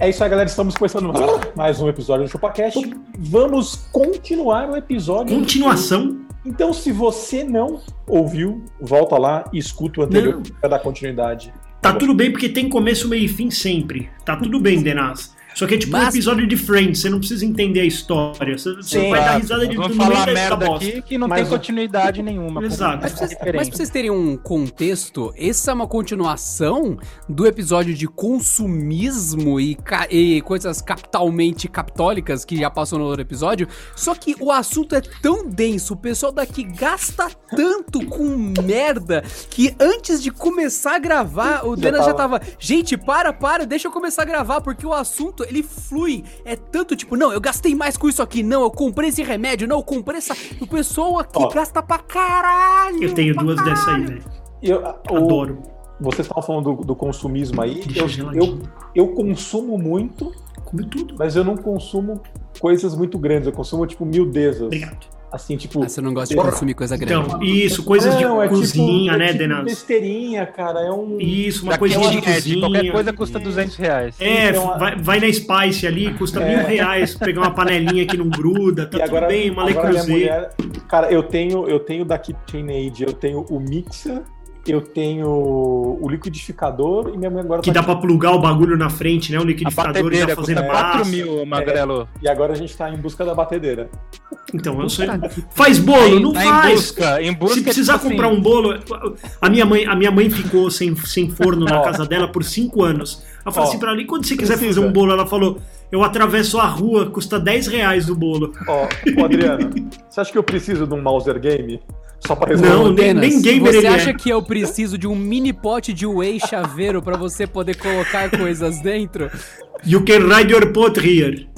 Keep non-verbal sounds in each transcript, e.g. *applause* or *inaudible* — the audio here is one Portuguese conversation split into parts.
É isso aí, galera. Estamos começando mais um episódio do ChupaCast. Vamos continuar o episódio. Continuação? Então, se você não ouviu, volta lá e escuta o anterior Não. para dar continuidade. Tá tudo bem porque tem começo, meio e fim sempre. Tá tudo bem, Denaz. Só que é tipo um Mas- episódio de Friends, você não precisa entender a história. Você, você Sim, vai dar claro. risada de Eu vou tudo falar meio dessa merda bosta. aqui que não Mais tem um. continuidade nenhuma. Exato. Mas, Mas pra vocês terem um contexto, essa é uma continuação do episódio de consumismo e, ca- e coisas capitalmente católicas que já passou no outro episódio. Só que o assunto é tão denso, o pessoal daqui gasta tanto com merda que antes de começar a gravar, o Dena já tava, gente, para, para, deixa eu começar a gravar, porque o assunto ele flui. É tanto tipo, não, eu gastei mais com isso aqui, não, eu comprei esse remédio, não, eu comprei essa. O pessoal aqui Ó. gasta pra caralho. Eu tenho pra duas caralho. dessa aí, velho. Eu o, Adoro. vocês estavam falando do, do consumismo aí. Deixa Eu, eu, geladinho. eu consumo muito, Come tudo. mas eu não consumo coisas muito grandes. Eu consumo, tipo, miudezas. Obrigado. Assim, tipo. Ah, você não gosta de Porra. consumir coisa grande. Então, isso, coisas de não, é tipo- cozinha, é né, tipo Denaz? besteirinha, cara. É um. Isso, uma Daquela coisinha de é de cozinha. qualquer coisa custa 200 reais. É, Então, a- vai, vai na Spice ali, custa mil reais pegar uma panelinha que não gruda, tá É. E agora, tudo bem, uma Le agora é minha Creuset. mulher. Cara, eu tenho, eu tenho da KitchenAid, eu tenho o mixer, eu tenho o liquidificador e minha mãe agora Que tá- dá pra plugar o bagulho na frente, né? O liquidificador já fazendo custa massa. É. 4 mil, Magrelo. E agora a gente tá em busca da batedeira. Então, eu sou. Tá. Faz bolo, não Tá em faz. busca, em busca. Se precisar tipo assim, comprar um bolo. A minha mãe, a minha mãe ficou sem, sem forno na casa dela por cinco anos. Ela falou Ó, assim pra ela: e quando você quiser precisa. fazer um bolo? Ela falou: eu atravesso a rua, custa 10 reais o bolo. Ó, ô, *laughs* Adriano, você acha que eu preciso de um Mauser Game? Só pra resolver. Não, nem- Apenas, nem gamer você ele é. acha que eu preciso de um mini pote de whey chaveiro pra você poder colocar coisas dentro? You can ride your pot here.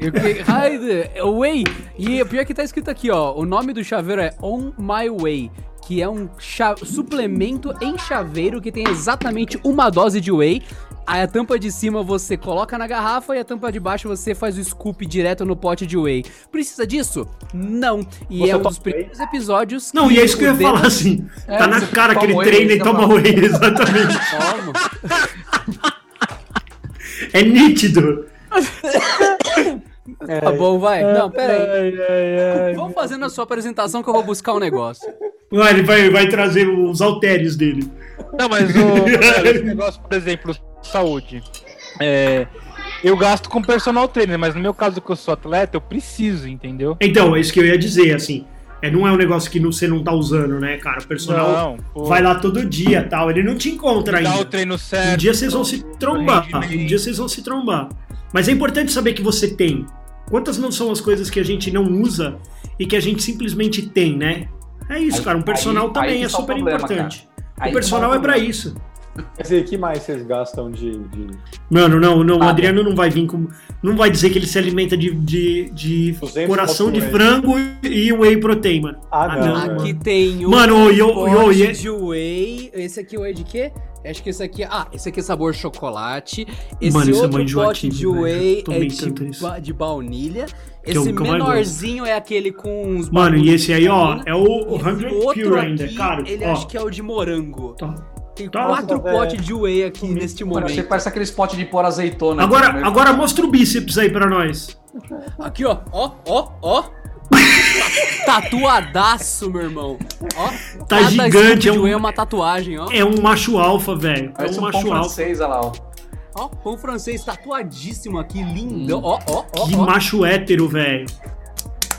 Eu que- Ai, de- whey! E o pior que tá escrito aqui, ó. O nome do chaveiro é On My Way, que é um cha- suplemento em chaveiro que tem exatamente uma dose de whey. Aí a tampa de cima você coloca na garrafa e a tampa de baixo você faz o scoop direto no pote de whey. Precisa disso? Não. E Você é um dos toma whey? primeiros episódios. Não, e é isso que eu ia o dedo- falar assim. É, tá na você cara que ele toma whey, treina e você toma toma- whey, *laughs* exatamente. Toma. É nítido. É. Tá bom, vai. Não, pera aí. Vamos fazendo a sua apresentação que eu vou buscar um negócio. Ué, ele vai, vai trazer os halteres dele. Não, mas *laughs* o Magrelo, esse negócio, por exemplo, saúde. É, eu gasto com personal trainer, mas no meu caso que eu sou atleta, eu preciso, entendeu? Então, é isso que eu ia dizer, assim. É, não é um negócio que não- você não tá usando, né, cara? O personal pô, vai lá todo dia tal. Ele não te encontra dá o ainda. treino Um certo. dia vocês vão se trombar. rendimento. Um dia vocês vão se trombar. Mas é importante saber que você tem. Quantas não são as coisas que a gente não usa e que a gente simplesmente tem, né? É isso, cara. Um personal aí também que é tá o super problema, importante. Aí o personal tá o é pra problema. isso. Mas e aí, que mais vocês gastam de. de Mano, não, não, o Ah, Adriano não vai vir com. Não vai dizer que ele se alimenta de, de, de 200 coração de whey. frango e whey protein, mano. Ah, não. Ah, Aqui mano. tem o Mano, yo- pote yo- ye- de whey. Esse aqui é whey de quê? Acho que esse aqui. Ah, esse aqui é sabor chocolate. Esse Mano, isso é outro pote enjoativo, de velho. whey Eu tomei é tanto de, isso. ba- de baunilha. é o Esse que eu mais gosto. menorzinho é aquele com uns. Mano, e esse aí, ó, bagulhos é o, o de banana. Hungry Esse outro Pure ainda, aqui, cara. Ele ó, acho que é o de morango. Tá. Tem Tá, quatro velho. potes de whey aqui neste É. Mano, achei que momento. parece aqueles potes de pôr é azeitona. Agora, aqui, né? agora mostra o bíceps aí pra nós. Aqui, ó. Ó, ó, *laughs* ó. Tatuadaço, meu irmão. Ó, Tá cada gigante, scoop de é um- whey é uma tatuagem, ó. É um macho alfa, velho. É Parece um um pão macho alfa. francês, olha lá, ó. Ó, pão francês tatuadíssimo aqui, lindão. Ó, ó, ó. Hum. Que ó. macho hétero, velho.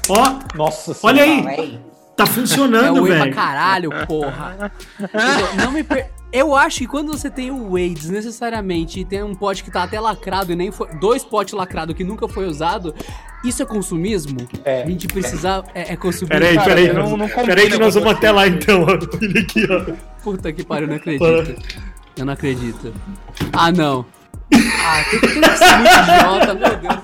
Ó, Nossa olha aí. Véi. Tá É funcionando, whey pra velho. caralho, *laughs* porra. Entendeu? Não me per... Eu acho que quando você tem o whey desnecessariamente e tem um pote que tá até lacrado e nem foi. Dois potes lacrados que nunca foi usado, isso é consumismo? É. A gente precisar. É, é consumismo. Peraí, Cara, peraí. eu não- não nós- combina Peraí que nós com vamos você. até lá, então. *laughs* Olha aqui, ó. Puta que pariu, eu não acredito. Eu não acredito. Ah, não. Ah, tem que *laughs* ser muito idiota, meu Deus do céu.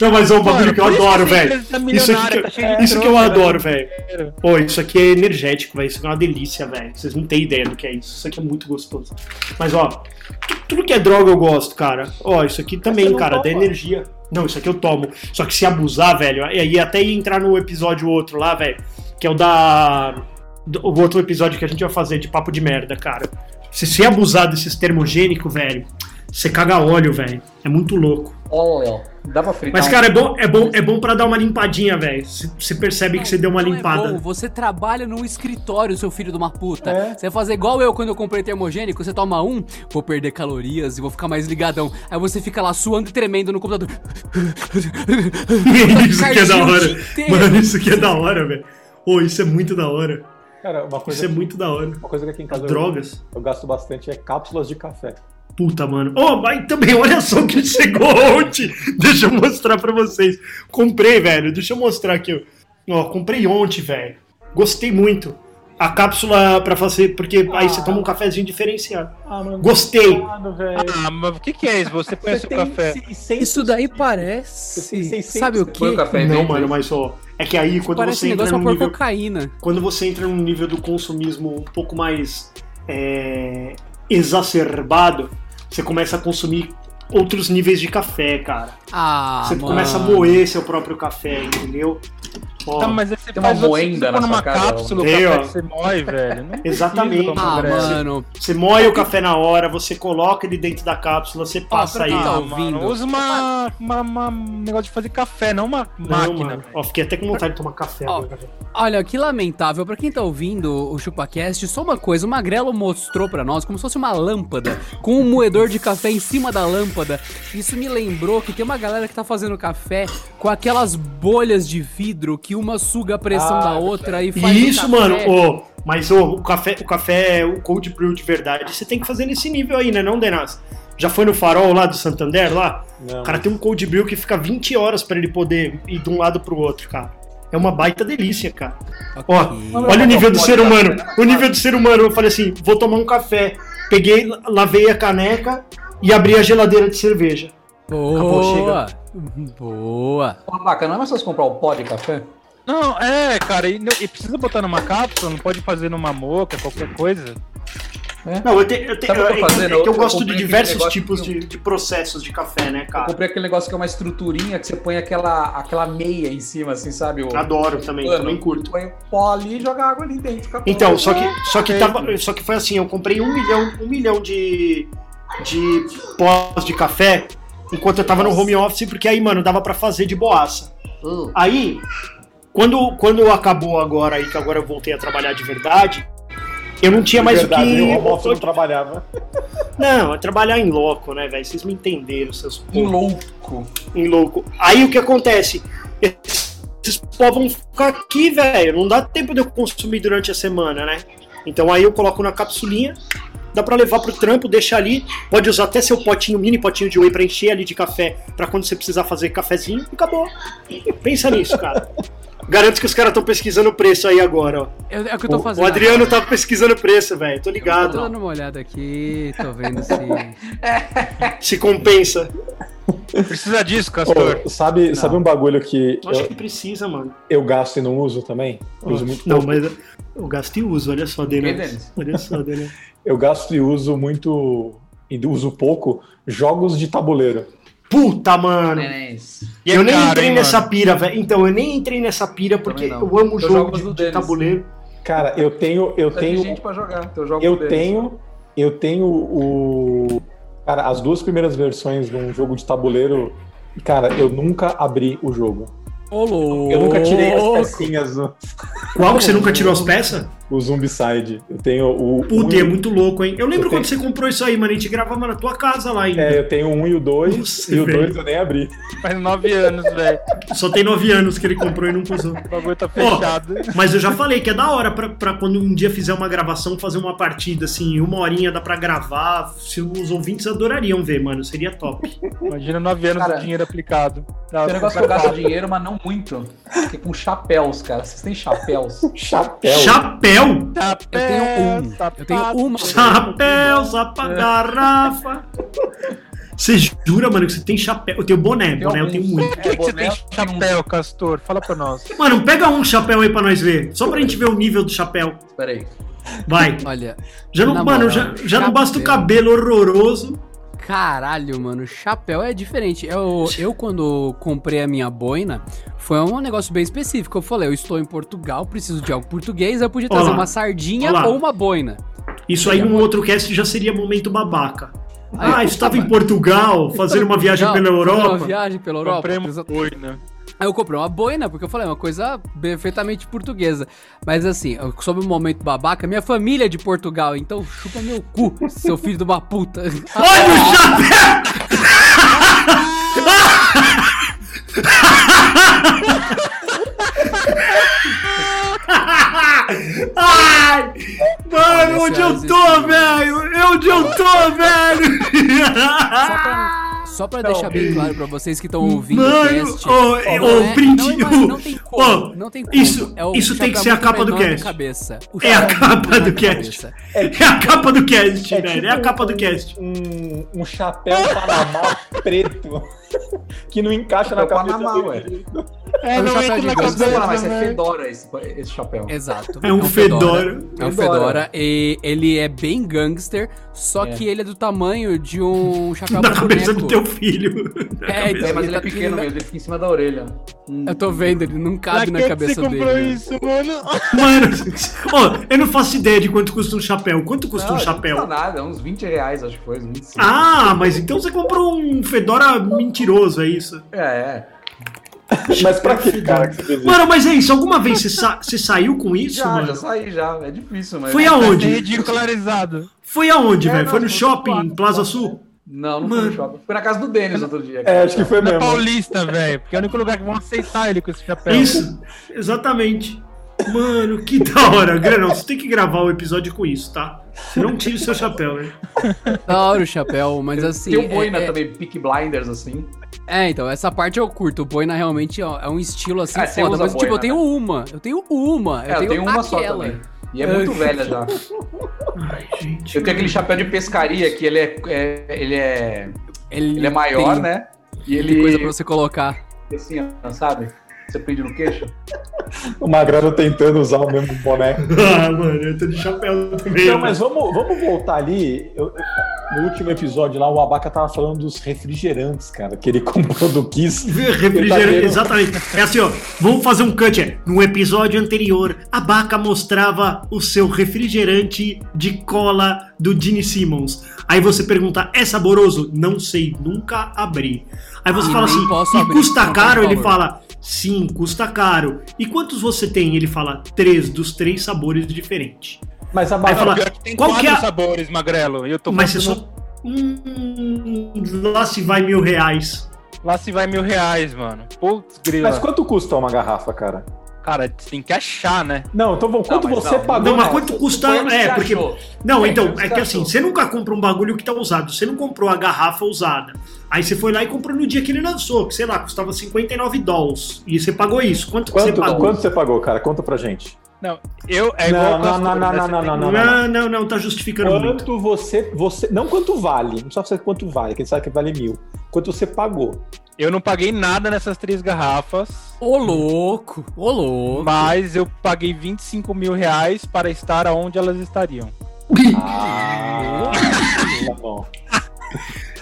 Não, mas é um Mano, bagulho que eu por isso adoro, essa velho. empresa tá Isso milionária, aqui, tá que- cheia de isso que eu troca, adoro, né? velho. Pô, isso aqui é energético, velho. Isso aqui é uma delícia, velho. Vocês não têm ideia do que é isso. Isso aqui é muito gostoso. Mas, ó, tu- tudo que é droga eu gosto, cara. Ó, isso aqui você também, não cara, dá toma. energia. Não, isso aqui eu tomo. Só que se abusar, velho, e aí até ia entrar no episódio outro lá, velho, que é o da. do- O outro episódio que a gente vai fazer de papo de merda, cara. Se você abusar desses termogênicos, velho, você caga óleo, velho. É muito louco. Olha, ó, dá pra fritar. Então, Mas, um- cara, é bom, é bom, é bom para dar uma limpadinha, velho. Você você percebe que você deu uma Não é limpada. bom, você trabalha num escritório, seu filho de uma puta. É. Você vai fazer igual eu quando eu comprei termogênico, você toma um, vou perder calorias e vou ficar mais ligadão. Aí você fica lá suando e tremendo no computador. *laughs* isso que é da Taquicardia o hora. dia inteiro. Mano, isso que é da hora, velho. Ô, isso é muito da hora. Cara, uma coisa, Isso é muito da hora. uma coisa que aqui em As casa eu, drogas. eu gasto bastante é cápsulas de café. Puta, mano. Ô, mas também, olha só o que *laughs* chegou ontem. Deixa eu mostrar pra vocês. Comprei, velho. Deixa eu mostrar aqui. ó. Ó, comprei ontem, velho. Gostei muito. A cápsula pra fazer. Porque aí você Ah. toma um cafezinho diferenciado. Ah, mano. Gostei. Ah, mas o que, que é isso? Você conhece o café? Isso daí Sim, sim, parece. sim. Sabe o Põe o que? café Não, dentro. né? mano, mas ó. É que aí quando Parece você um entra negócio no pra pôr nível cocaína. quando você entra num nível do consumismo um pouco mais é, exacerbado, você começa a consumir outros níveis de café, cara. Ah, você mano. começa a moer seu próprio café, entendeu? Ó, Tá, mas aí você Tem faz uma outro- você moenda põe na numa sua casa, cápsula, o Tem, café ó. que você mói, velho. *laughs* Não precisa Exatamente. tomar Ah, grande. mano. Você moe o café na hora, você coloca ele dentro da cápsula, você passa pra aí. quem tá Ah, ouvindo. mano, usa uma, uma, uma- um negócio de fazer café, não uma Não, máquina. mano. Ó, fiquei até com vontade de tomar café Ó, agora. velho. Olha, que lamentável. Pra quem tá ouvindo o ChupaCast, só uma coisa: o Magrelo mostrou pra nós como se fosse uma lâmpada, com um moedor de café em cima da lâmpada. Isso me lembrou que tem uma galera que tá fazendo café com aquelas bolhas de vidro que uma suga a pressão Ah, da outra e faz. E isso, o mano, café. ô, mas ô, o café, o café, é o cold brew de verdade, você tem que fazer nesse nível aí, né, não, Denas? Já foi no farol lá do Santander, lá? Não. O cara tem um cold brew que fica 20 horas pra ele poder ir de um lado pro outro, cara. É uma baita delícia, cara. Ó, olha o nível do ser humano. O nível do ser humano. Eu falei assim, vou tomar um café. Peguei, lavei a caneca e abri a geladeira de cerveja. Boa! Boa! Ô, Abaca, não é mais fácil comprar o pó de café? Não, é, cara, e, e precisa botar numa cápsula, não pode fazer numa moca, qualquer coisa. Não, eu tenho. Eu te, Sabe o que é eu que- fazendo? é que eu, Eu gosto de comprei aquele diversos negócio tipos que de, de processos de café, né, Eu cara? comprei aquele negócio que é uma estruturinha que você põe aquela, aquela meia em cima, assim, sabe? O Adoro também, pano. Ah, também curto. Põe o pó ali e joga água ali dentro. fica Então, bom. só que, só que, tava, só que foi assim, eu comprei um milhão, um milhão de, de pós de café enquanto eu tava no home office, porque aí, mano, dava pra fazer de boaça. Hum. Aí, quando, quando acabou agora aí, que agora eu voltei a trabalhar de verdade, eu não tinha é mais Verdade, né? o que... eu, almoço, eu não trabalhava. Não, é trabalhar em loco, né, velho? Vocês me entenderam, seus Que louco. em um louco. Aí o que acontece? Esses povos vão ficar aqui, velho. Não dá tempo de eu consumir durante a semana, né? Então aí eu coloco na capsulinha, dá pra levar pro trampo, deixa ali. Pode usar até seu potinho, mini potinho de whey pra encher ali de café, pra quando você precisar fazer cafezinho, e acabou. Pensa nisso, cara. *laughs* Garanto que os caras estão pesquisando o preço aí agora, ó. É, é o que eu tô O- fazendo. o Adriano tá pesquisando o preço, velho. Tô Eu tô ligado. dando uma olhada aqui, tô vendo se. Se compensa. Precisa disso, Castor. Ô, sabe, sabe um bagulho que Eu acho eu, que precisa, mano. eu gasto e não uso também? Eu uso muito Não, pouco. mas eu gasto e uso, olha só, Vê, é Denis. Denis. Olha só, Denis. Eu gasto e uso muito. E uso pouco jogos de tabuleiro. Puta, mano. Nenês. E é eu nem caro, entrei hein, nessa mano? pira, velho. Então, eu nem entrei nessa pira porque Também eu não. amo Eu jogo jogo de, do de Dennis. tabuleiro. Cara, eu tenho. Eu Eu tenho tenho. gente pra jogar. Então eu jogo Eu com eles. tenho. Eu tenho o. Cara, as duas primeiras versões de um jogo de tabuleiro. Cara, eu nunca abri o jogo. Ô, louco! Eu nunca tirei as pecinhas no, Qual que você nunca tirou as peças? o Zombicide. Eu tenho o. um Puta, e- é muito louco, hein? Eu lembro Eu quando você comprou isso aí, mano. A gente gravava na tua casa lá ainda. É, eu tenho o um e o dois. Nossa, E o velho. dois eu nem abri. Faz nove anos, velho. Só tem nove anos que ele comprou e nunca usou. O bagulho tá fechado. Mas eu já falei que é da hora pra, pra quando um dia fizer uma gravação, fazer uma partida, assim, uma horinha dá pra gravar. Se os ouvintes adorariam ver, mano. Seria top. Imagina nove anos Cara, de dinheiro aplicado. Tá, Tem um negócio que eu gasto dinheiro, mas não muito. Fiquei com chapéus, cara. Vocês têm *laughs* chapéus? Chapéu. Chapéu? Eu um Ah. tenho um. Eu tenho uma. Chapéu, zapa, garrafa. Você jura, mano, que você tem chapéu? Eu tenho boné, boné eu tenho muito. É, Por que, que você tem chapéu? chapéu, Castor? Fala pra nós. Mano, pega um chapéu aí pra nós ver. Só pra gente ver o nível do chapéu. Peraí. Vai. Olha, Já não, Na mano, moral, já, já não chapéu. basta o cabelo horroroso. caralho, mano, chapéu é diferente. Eu, eu, quando comprei a minha boina, foi um negócio bem específico. Eu falei, eu estou em Portugal, preciso de algo português, eu podia Olá. trazer uma sardinha Olá. ou uma boina. Isso aí num outro cast já seria momento babaca. Aí, Ah, estava em Portugal, fazendo uma viagem pela Uma Europa. viagem pela Europa. Comprei uma Exa- boina. Aí eu comprei uma boina, porque eu falei, é uma coisa perfeitamente portuguesa. Mas assim, eu- sobre o momento babaca, minha família é de Portugal, então chupa meu cu, seu filho de uma puta. Olha o chapéu! Ai! Mano, onde eu tô, velho? Onde eu tô, velho? Só pra, só pra deixar bem claro pra vocês que estão ouvindo Então, é. Mano, o cast. ô, não ô, é- print- não, é- não tem como, ô, não tem como. isso- um isso tem que chapéu ser a muito capa do menor na cast. Cabeça. O É a chapéu capa muito menor do na cast. cabeça. É a capa do cast, velho. tipo É a capa do cast. Um, um chapéu *laughs* Panamá preto *laughs* que não encaixa na Chapéu cabeça Panamá, dele. ué. É, É um não chapéu entra de na ganso. cabeça. Não, não, mas é né? fedora esse, esse chapéu. Exato. É um fedora. É um Fedora. fedora e ele é bem gangster, só É. que ele é do tamanho *laughs* de um chapéu Na pra cabeça boneco. do teu filho. É, então, É, mas ele é tá- né? pequeno mesmo, ele fica em cima da orelha. Hum. Eu tô vendo, ele não cabe na cabeça você comprou dele. né? isso, mano? Mano, ó, eu não faço ideia de quanto custa um chapéu. Quanto custa Não, um não chapéu? custa nada, é uns 20 reais, acho que foi. uns 25. Ah, mas então você comprou um Fedora mentiroso, é isso? É, é. Mas pra que, cara, que você fez isso? Mano, mas é isso. Alguma vez você, sa- você saiu com isso, Já, mano? já saí, já. É difícil, mas. Foi Vai ser aonde? é ridicularizado. Foi aonde, É, velho? não, Foi no foi shopping, lá. em Plaza Sul? Não, não Mano. foi no shopping. Foi na casa do Denis outro dia. É, acho que foi Na mesmo. Paulista, velho. Porque é o único lugar que vão aceitar ele com esse É. chapéu. Isso, exatamente. Mano, que da hora. Granão, você tem que gravar o episódio com isso, tá? Você não tira o seu chapéu, né? Da hora o chapéu, mas assim. Tem um o Boina é, é- também, Peak Blinders, assim. É, então, essa parte eu curto. O boina realmente é é um estilo assim Ah, você foda. usa Mas, tipo, boina, eu tenho né? uma. Eu tenho uma. É, eu tenho uma só aquela. também. E é *laughs* muito Ai. velha já. Ai, gente. Eu tenho aquele chapéu de pescaria que ele é, é- ele é, ele é maior, tem- né? E Tem coisa pra ele você colocar. assim, ó, sabe? Você prende no queixo. O Magrano tentando usar o mesmo boneco. Ah, mano, eu tô de chapéu também. Não, mas vamos, vamos voltar ali. Eu- eu- no último episódio lá, o Abaca tava falando dos refrigerantes, cara, que ele comprou do Kiss. Refrigerante, Verdadeiro. exatamente. É assim, ó. Vamos fazer um cut. É. No episódio anterior, a Baca mostrava o seu refrigerante de cola do Gene Simmons. Aí você pergunta: é saboroso? Não sei, nunca abri. Aí você E fala nem assim: posso e abrir, custa não caro? tem Ele valor. fala: sim, custa caro. E quantos você tem? Ele fala: três dos três sabores diferentes. Mas a Aí fala, Abaca. Pior que tem Qual quatro que é a- sabores, magrelo. E eu tô Mas você comprando- só. Hum, lá se vai mil reais. Lá se vai mil reais, mano. Putz, grila. Mas quanto custa uma garrafa, cara? Cara, você tem que achar, né? Não, então vamos. Quanto mas você não, pagou? Não, mas na- quanto custa. Foi onde É, você porque. achou. Não, É, então, você é que assim, achou. você nunca compra um bagulho que tá usado. Você não comprou a garrafa usada. Aí você foi lá e comprou no dia que ele lançou, que sei lá, custava 59 dólares. E você pagou isso. Quanto, que Quanto, você pagou? quanto você pagou, cara? Conta pra gente. Eu é Não, igual. ao não, Castor, não, não, né? não, Você não, tem- não, não. Não, não, não, tá justificando muito. Quanto você, você. Não quanto vale. Não precisa saber quanto vale, que ele sabe que vale mil. Quanto você pagou. Eu não paguei nada nessas três garrafas. Ô, louco. Ô, louco. Mas eu paguei 25 mil reais para estar onde elas estariam. Ah, tá bom.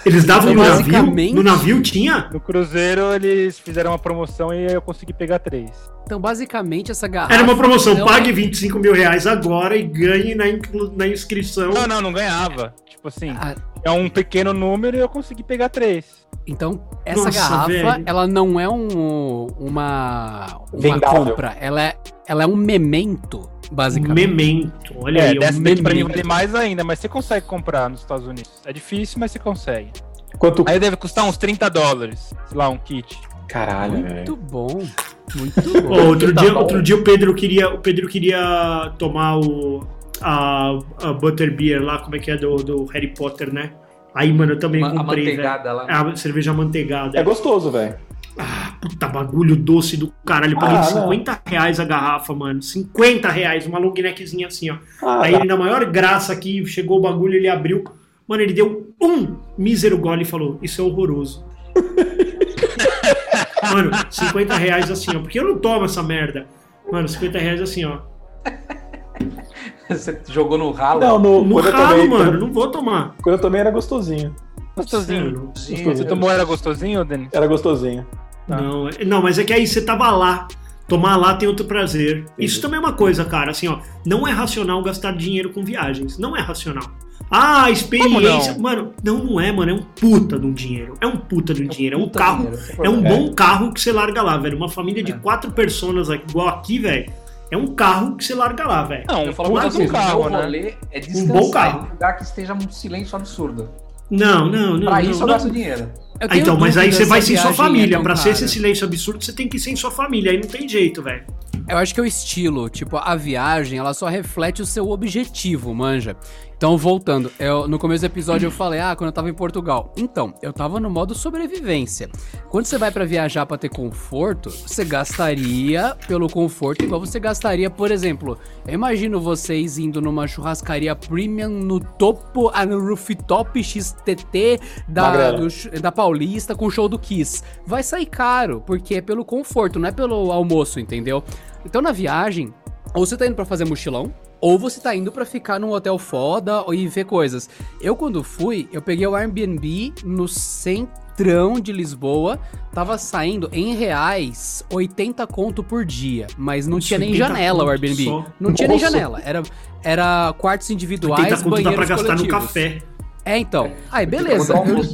Eles davam Então, no basicamente- navio? No navio tinha? No Cruzeiro, eles fizeram uma promoção e eu consegui pegar três. Então, basicamente, essa garrafa. Era uma promoção, Então, é. pague 25 mil reais agora e ganhe na, inclu- na inscrição. Não, não, não ganhava. Tipo assim, Ah. é um pequeno número e eu consegui pegar três. Então, essa Nossa, garrafa, velho. ela não é um, uma, uma Vendável. compra. Ela é, ela é um memento, basicamente. Memento, olha É, aí. dessa um daqui pra mim memento. vale mais ainda, mas você consegue comprar nos Estados Unidos. É difícil, mas você consegue. Quanto. Aí deve custar uns 30 dólares, sei lá, um kit. Caralho, velho. Muito bom. Muito Ó, bom. outro, Tá dia, bom. outro dia o Pedro queria, o Pedro queria tomar o, a, a Butterbeer lá, como é que é, do, do Harry Potter, né? Aí, mano, eu também Ma- a comprei, velho. manteigada lá. É a cerveja manteigada. É gostoso, velho. Puta, bagulho doce do caralho. Eu paguei Ah, não. 50 reais a garrafa, mano. 50 reais, uma long neckzinha assim, ó. Ah, Aí ele, na maior graça aqui, chegou o bagulho, ele abriu. Mano, ele deu um mísero gole e falou: Isso é horroroso. *laughs* Mano, 50 reais assim, ó. Porque eu não tomo essa merda. Mano, 50 reais assim, ó. Você jogou no ralo. Não, no, No quando, eu ralo, tomei, mano, não vou tomar. quando eu tomei era gostosinho. Gostosinho. Sério. Você tomou era gostosinho, Denis? Era gostosinho. Não, é- não, mas é que aí você tava lá. Tomar lá tem outro prazer. Isso também é uma coisa, cara. Assim, ó, não é racional gastar dinheiro com viagens. Não é racional. Ah, experiência. Como não? Mano, não, não é, mano. É um puta de um dinheiro. É um puta de um dinheiro. É um Puta carro. dinheiro, esse É um problema. bom carro que você larga lá, velho. Uma família de É. quatro personas aqui, igual aqui, velho. É um carro que você larga lá, velho. Não, Eu um falo pra puta de um vocês, carro, o meu né? rolê é Um bom descansar em carro. um lugar que esteja um silêncio absurdo. Não, não, não. pra não, isso eu não. gasto dinheiro. Ah, Eu tenho então, mas aí dúvida você vai sem se a sua viagem é família. tão pra ser esse cara. silêncio absurdo, você tem que ir sem sua família. Aí não tem jeito, velho. Eu acho que é o estilo, tipo, a viagem, ela só reflete o seu objetivo, manja. Então, voltando, eu- no começo do episódio eu falei, ah, quando eu tava em Portugal. Então, eu tava no modo sobrevivência. Quando você vai pra viajar pra ter conforto, você gastaria pelo conforto igual você gastaria, por exemplo, eu imagino vocês indo numa churrascaria premium no topo, ah, no rooftop XTT da, Magrela. do sh- da Paulista com o show do Kiss. Vai sair caro, porque é pelo conforto, não é pelo almoço, entendeu? Então na viagem, ou você tá indo pra fazer mochilão, ou você tá indo pra ficar num hotel foda e ver coisas. Eu quando fui, eu peguei o Airbnb no centrão de Lisboa, tava saindo em reais 80 conto por dia, mas não Isso, tinha nem 80 janela o conto Airbnb. só. Não tinha nem Nossa. janela, era era quartos individuais, 80 conto dá banheiros pra gastar no coletivos. café. É, então. Aí, beleza. um Eu,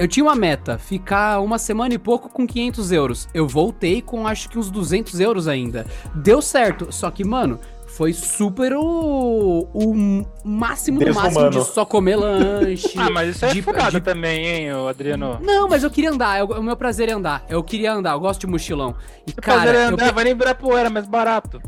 eu tinha uma meta, ficar uma semana e pouco com 500 euros. Eu voltei com acho que uns 200 euros ainda. Deu certo, só que, mano, foi super o, o máximo do máximo Desumano. de só comer *laughs* lanche. Ah, mas isso é de- furada de- também, hein, ô Adriano? Não, mas eu queria andar, eu- o meu prazer é andar. Eu queria andar, eu gosto de mochilão. E, Você cara, fazer eu é andar, vai nem virar poeira, mais barato.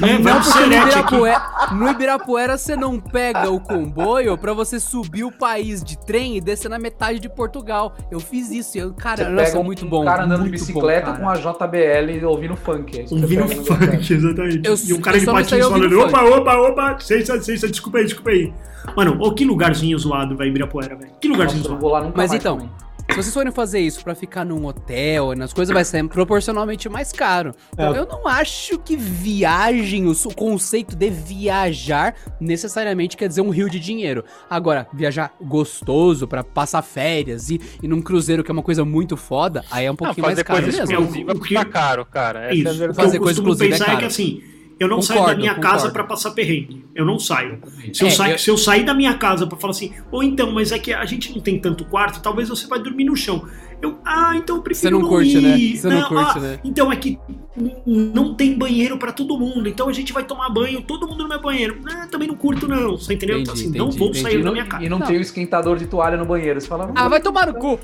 É, vai não, pro porque no Select aqui. Ibirapuera, no Ibirapuera você não pega o comboio pra você subir o país de trem e descer na metade de Portugal. Eu fiz isso. e Eu, cara, Você nossa, pega um, muito um bom. cara andando de muito bom, bicicleta cara. com a JBL ouvindo funk. é isso que *laughs* você Ouvindo pega no Um funk, exatamente. Eu- e um cara eu de só me saí patins ouvindo falando: opa, opa, opa, seixa, seixa, desculpa aí, desculpa aí. Mano, ô, que lugarzinho zoado, velho, Ibirapuera, velho. Que Nossa, lugarzinho eu não zoado. vou lá nunca Mas mais então, também. Se vocês forem fazer isso pra ficar num hotel, nas coisas, vai ser proporcionalmente mais caro. Então, É. eu não acho que viagem, o su- conceito de viajar, necessariamente quer dizer um rio de dinheiro. Agora, viajar gostoso pra passar férias e, e num cruzeiro, que é uma coisa muito foda, aí é um Não, pouquinho fazer mais caro coisa mesmo. exclusiva explosiva. O que- custa caro, cara. Essa é a Isso. O que verdade. Fazer eu coisa costumo exclusiva é pensar é que caro. assim, eu não saio da Concordo, minha concordo. casa pra passar perrengue. Eu não saio. Se eu, É, sair, eu- se eu sair da minha casa pra falar assim, ou então, mas é que a gente não tem tanto quarto, talvez você vai dormir no chão. Eu, ah, então eu prefiro Você não curte, ir. né? Você não curte, ah, né? Então é que n- não tem banheiro pra todo mundo, então a gente vai tomar banho, todo mundo no meu banheiro. Ah, também não curto não, você entendeu? Entendi, assim, não entendi, vou entendi. sair E da não, minha casa. e não Não. tem o esquentador de toalha no banheiro. Você fala, Ah, vai tomar no cu.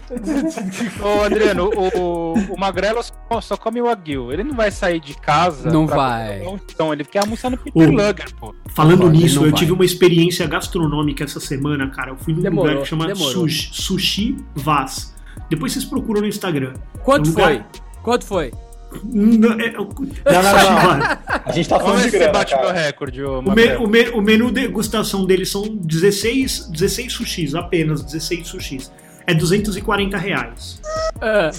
Ô, Adriano, o, o- o Magrelo só, só come o aguil. Ele não vai sair de casa. Não pra vai. comer um Então, ele quer almoçar no Peter Ô. Luger, pô. Falando Concordo, nisso, não eu vai. tive uma experiência gastronômica essa semana, cara. Eu fui num Demorou, lugar que chama demorou. sushi, sushi Vaz. Depois vocês procuram no Instagram. Quanto Lugar- foi? Quanto foi? Não, é- é o- Não, não, Sushi não. Vaz. A gente tá Vamos é falando ver de se você grana, bate meu cara. recorde, ô O, me- Magrelo. o me- o menu degustação deles são 16, 16 sushis, apenas 16 sushis. É 240 reais. Ah,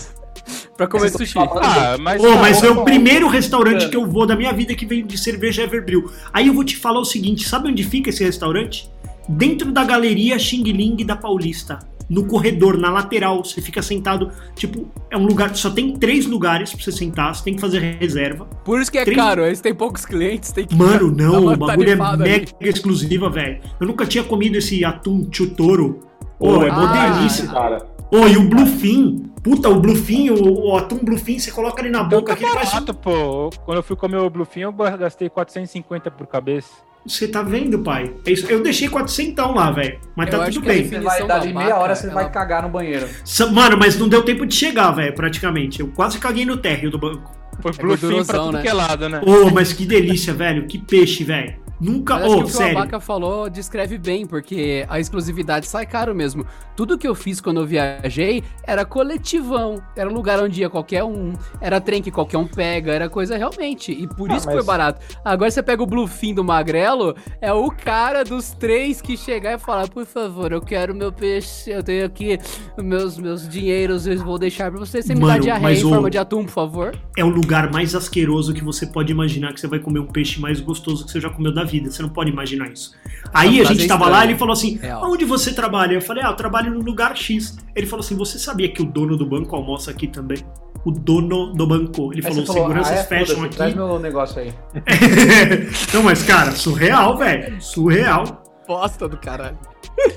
pra comer sushi. Ah, mas. Ô, tá mas bom. Tá. é o primeiro restaurante que eu vou da minha vida que vem de cerveja Everbril. Aí eu vou te falar o seguinte: sabe onde fica esse restaurante? Dentro da galeria Xing Ling da Paulista. No corredor, na lateral, você fica sentado. Tipo, é um lugar que só tem três lugares pra você sentar, você tem que fazer reserva. Por isso que é Trin- caro, eles têm poucos clientes, tem que. Mano, Dá não, uma o bagulho é tarifada mega ali. exclusiva, velho. Eu nunca tinha comido esse atum chutoro. Pô, Pô, é mó ah. delícia. cara. tá Ô, e o Bluefin? Puta, o Bluefin, o, o atum Bluefin, você coloca ele Então na tá boca, Então, que ele faz Barato, pô. Quando eu fui comer o Bluefin, eu gastei 450 por cabeça. Você tá vendo, pai? É isso. Eu deixei 400 lá, velho. Mas Eu tá acho tudo que é bem. você definição vai dar de meia babaca, hora, você ela- vai cagar no banheiro. Sa- Mano, mas não deu tempo de chegar, velho, praticamente. Eu quase caguei no térreo do banco. Foi É gordurosão, Bluefin pra tudo né? que é lado, né? Ô, mas que delícia, velho. Que peixe, velho. Nunca. Mas acho Ô, que o que o sério. Abaca falou descreve bem, porque a exclusividade sai caro mesmo. Tudo que eu fiz quando eu viajei era coletivão, era lugar onde ia qualquer um, era trem que qualquer um pega, era coisa realmente. E por Ah, isso que mas- foi barato. Agora você pega o Bluefin do Magrelo, é o cara dos três que chegar e falar: por favor, eu quero meu peixe, eu tenho aqui meus, meus dinheiros, eu vou deixar pra você. Você me dá Mano, diarreia mas em o- forma de atum, por favor. É o lugar mais asqueroso que você pode imaginar que você vai comer um peixe mais gostoso que você já comeu da vida. Você não pode imaginar isso. Aí a frase gente é tava estranha. lá e ele falou assim: Real. Onde você trabalha? Eu falei: Ah, eu trabalho no lugar X. Ele falou assim: Você sabia que o dono do banco almoça aqui também? O dono do banco. Ele falou: Seguranças fecham aqui. "Ah, é? Traz meu negócio aí. *laughs* não, mas cara, surreal, velho. Surreal. Bosta do caralho.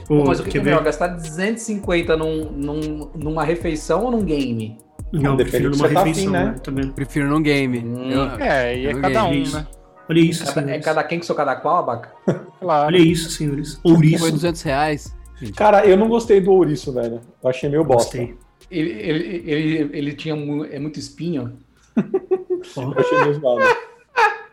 Pô, Mas o que, que quer é ver? melhor, gastar 250 num, num- numa refeição ou num game? Não, eu Depende prefiro do que numa você tá afim, refeição, né? né? Também. Prefiro no game. Hum. Eu- É, e é Não cada é um, isso. né? Olha isso, Cada- é senhores. cada um. quem que sou cada qual, abaca? Claro. Olha isso, senhores. Foi Ouriço. 200 reais. Cara, eu não gostei do ouriço, velho. Eu achei meio bosta. Gostei. Ele, ele, ele, ele tinha mu- é muito espinho. Ó. Eu achei meio zoado.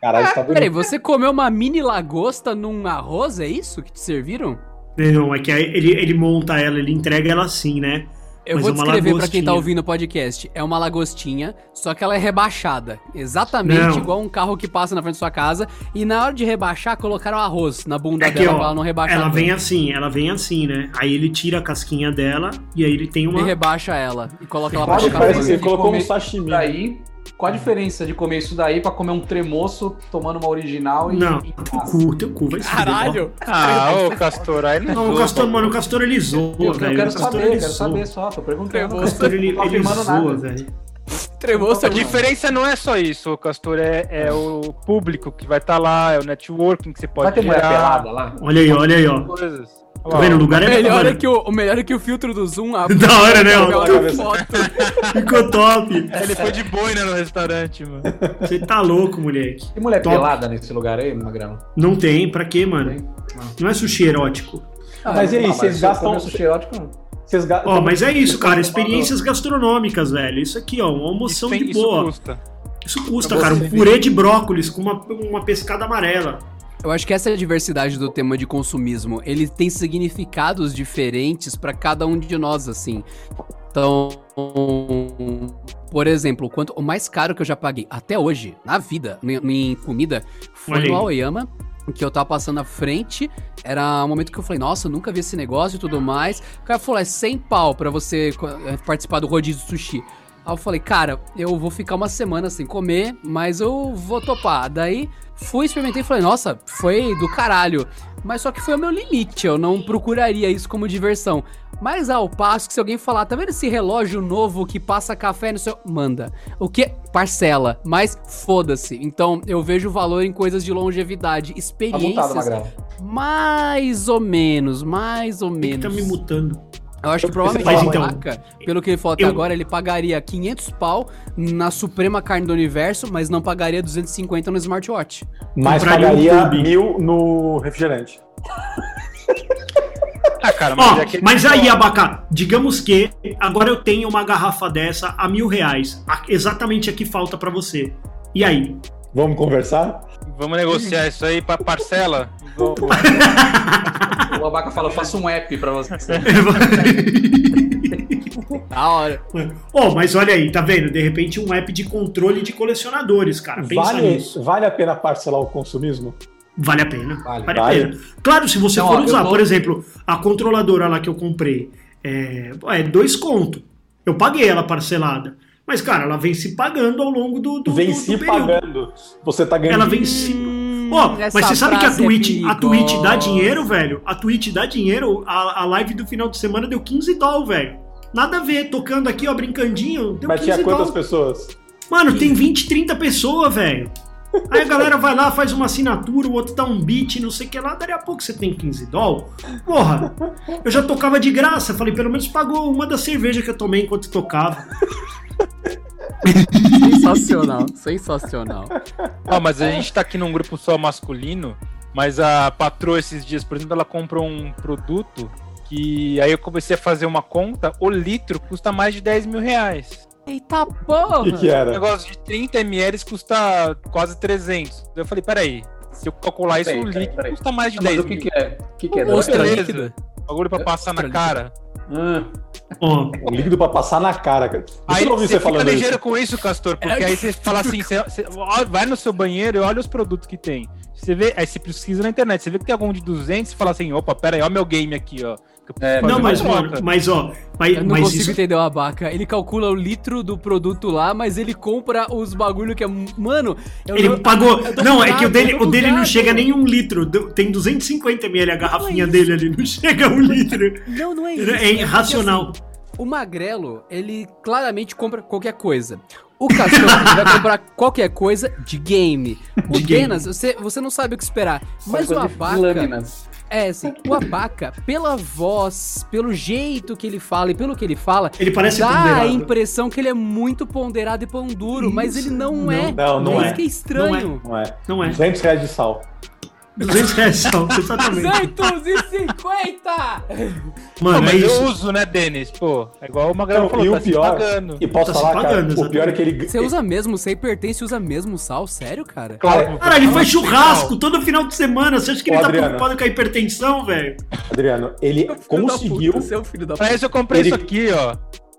Caralho, você tá Peraí, bonito. você comeu uma mini lagosta num arroz, é isso que te serviram? Não, é que aí ele, ele monta ela, ele entrega ela assim, né? Eu Mas vou é uma descrever pra quem tá lagostinha. ouvindo o podcast. É uma lagostinha, só que ela é rebaixada. Exatamente Não. igual um carro que passa na frente da sua casa. E na hora de rebaixar, colocaram arroz na bunda É que, dela ó, pra ela não rebaixar. Ela tanto. vem assim, ela vem assim, né? Aí ele tira a casquinha dela e aí ele tem Ele uma. rebaixa ela e coloca ela pra Quase Parece chocar. que parece Você de colocou um comer sashimi. Daí, qual a diferença de comer isso daí pra comer um tremoço tomando uma original e. Não, e- teu cu, teu cu vai se fuder, Caralho! Ah, ô Castor, aí não. ó. Não, o zoa. Castor, mano, o Castor ele zoa, Eu, eu velho. quero o Castor saber, ele quero zoa. saber só, tô perguntando. O Castor ele, Não tô ele afirmando zoa, nada. velho. Tremoço A é Não. diferença não é só isso, ô Castor, é, é o público que vai estar lá, é o networking que você pode Vai ter mulher gerar, pelada lá? Olha aí, olha aí, ó. coisas. Tá vendo? O lugar o é melhor é mano, que o, o melhor é que o filtro do Zoom a Da hora, né? coloca ó? uma foto. Ficou top. Ele foi de boina no restaurante, mano. Você tá louco, moleque. Tem mulher Top. pelada nesse lugar aí, Magrão? Não tem, pra quê, mano? Tem? Não é sushi erótico. Mas e aí, vocês gastam- Não, sushi erótico, não. Tá Vocês ga- Ó, mas é isso, cara. Experiências gastronômicas, velho. Isso aqui, ó, uma almoção tem- de boa. custa. Isso custa, Pra cara. você Um purê de brócolis com uma, uma pescada amarela. Eu acho que essa é a diversidade do tema de consumismo. Ele tem significados diferentes pra cada um de nós, assim. Então, por exemplo, quanto, o mais caro que eu já paguei até hoje, na vida, em, em comida, foi Olha no aí. Aoyama, que eu tava passando à frente. Era um momento que eu falei, nossa, eu nunca vi esse negócio e tudo mais. O cara falou, é 100 pau pra você co- eh, participar do rodízio de sushi. Aí eu falei, cara, eu vou ficar uma semana sem comer, mas eu vou topar. Daí fui, experimentei e falei, nossa, foi do caralho. Mas só que foi o meu limite, eu não procuraria isso como diversão. Mas ao passo que se alguém falar, tá vendo esse relógio novo que passa café no seu. Manda. O que? Parcela. Mas foda-se. Então eu vejo valor em coisas de longevidade, Tá mutado, experiências. Magrão. *laughs* mais ou menos, mais ou Quem que tá me menos. mutando? Eu acho que provavelmente Mas o então, Baca, pelo que ele falou até eu- agora, ele pagaria 500 pau na Suprema Carne do Universo, mas não pagaria 250 no smartwatch. Mas Compraria um pagaria clube. mil no refrigerante. Ah, cara, mas Ó, é que mas aí, Abacá, digamos que agora eu tenho uma garrafa dessa a mil reais. A- Exatamente a que falta pra você. E aí? *laughs* Vamos conversar? vamos negociar isso aí pra parcela. Igual- O Abaca fala, eu faço um app pra você. Da hora. Ó, mas olha aí, tá vendo? De repente um app de controle de colecionadores, cara. Ah, Pensa Vale, nisso. vale a pena parcelar o consumismo? Vale a pena. Vale. Vale, a Vale. pena. Claro, se você Então, ó, for eu usar, vou- por exemplo, a controladora lá que eu comprei, é, é dois conto. Eu paguei ela parcelada. Mas, cara, ela vem se pagando ao longo do, do, Vem do- do se pagando. Você tá ganhando. Ela vem se. Ó, mas você sabe que a é Twitch, a Twitch dá dinheiro, velho? A Twitch dá dinheiro. A, a live do final de semana deu 15 dólares, velho. Nada a ver, tocando aqui, ó, brincandinho. Deu Mas 15 tinha quantas dólares. pessoas? Mano, tem 20, 30 pessoas, velho. Aí a galera vai lá, faz uma assinatura, o outro dá um beat, não sei o que lá, daí a pouco você tem 15 dólares. Porra, eu já tocava de graça, falei, pelo menos pagou uma da cerveja que eu tomei enquanto tocava. Sensacional, sensacional. Ó, mas a gente tá aqui num grupo só masculino, mas a patroa esses dias, por exemplo, ela comprou um produto que aí eu comecei a fazer uma conta, o litro custa mais de 10 mil reais. Eita O que, porra! que O era? negócio de 30 ml custa quase 300. Eu falei, peraí, Se eu calcular isso, Peraí, o peraí, líquido peraí. custa mais de Mas 10 o que que é? O que que é? Ostra Ostra beleza. líquida. mil. Bagulho pra passar na cara. Ah, Hum. Um líquido pra passar na cara, cara. Você Aí não ouviu você você fica falando ligeiro isso? com isso, Castor, porque É. aí você fala assim, você, você ó, vai no seu banheiro e olha os produtos que tem. Você vê, aí você pesquisa na internet, você vê que tem algum de 200, você fala assim, opa, pera aí, ó meu game aqui, ó. que eu preciso É, fazer Não, uma mas, troca. mano, mas ó, mas, Eu não mas consigo isso. entender o abaca. Ele calcula o litro do produto lá, mas ele compra os bagulho que é. Mano, eu Ele não- pagou. eu tô Não, é bugado, que o dele, eu tô o dele não bugado. chega nem um litro. Do- Tem 250 ml a garrafinha é isso. dele ali, não chega a um litro. Não, não é isso. É irracional. porque, assim, o magrelo, ele claramente compra qualquer coisa. O Castor ele vai comprar *laughs* qualquer coisa de game. O De game. Denas, você, você não sabe o que esperar. Mas o coisa de abaca. né? Lâminas. É, assim, o abaca, pela voz, pelo jeito que ele fala e pelo que ele fala, Ele parece dá a ponderado. impressão que ele é muito ponderado e pão duro, mas ele não, Não. é. Não, não é. é. Isso que é estranho. Não é. Não é. 200 reais de sal. 200 reais só, tá *laughs* exatamente. 250! Não, Mano, é mas eu isso. uso, né, Denis? Pô, é igual o Magrão Não, falou, e tá o se pior- pagando. E posso Tá se falar, cara, pagando, o pior é que ele... Você usa mesmo, sem pertence, usa mesmo sal? Sério, cara? Claro, Cara, ele faz churrasco todo final de semana. Você acha que Ô, ele tá Adriano. preocupado com a hipertensão, velho? Adriano, ele Filho da conseguiu... puta, Você é um filho da puta. Pra isso eu comprei Ele- isso aqui, ó.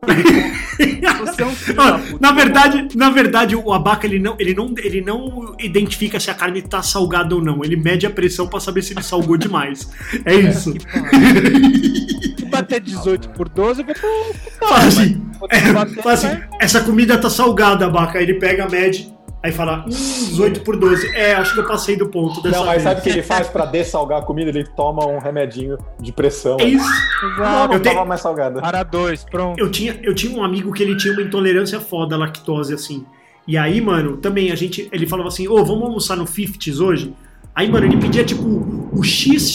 Você é um filho da Ó, puta. na verdade, na verdade, o abaca ele não, ele não, ele não identifica se a carne tá salgada ou não. Ele mede a pressão pra saber se ele salgou demais. É isso. Se bater 18 por 12, eu vou pro. Fala assim, vou é, bater, fala assim, né? vai. essa comida tá salgada, abaca. Aí ele pega, mede, aí fala, hum, 18 por 12. É, acho que eu passei do ponto dessa Não, mas vez. sabe o que ele faz pra dessalgar a comida? Ele toma um remedinho de pressão. Ah, É isso. Não, não Eu tenho- Ah, tava mais salgada. Para 2, pronto. Eu tinha, eu tinha um amigo que ele tinha uma intolerância foda à lactose, assim. E aí, mano, também a gente. Ele falava assim, ô, vamos almoçar no 50s hoje? Aí, mano, ele pedia tipo o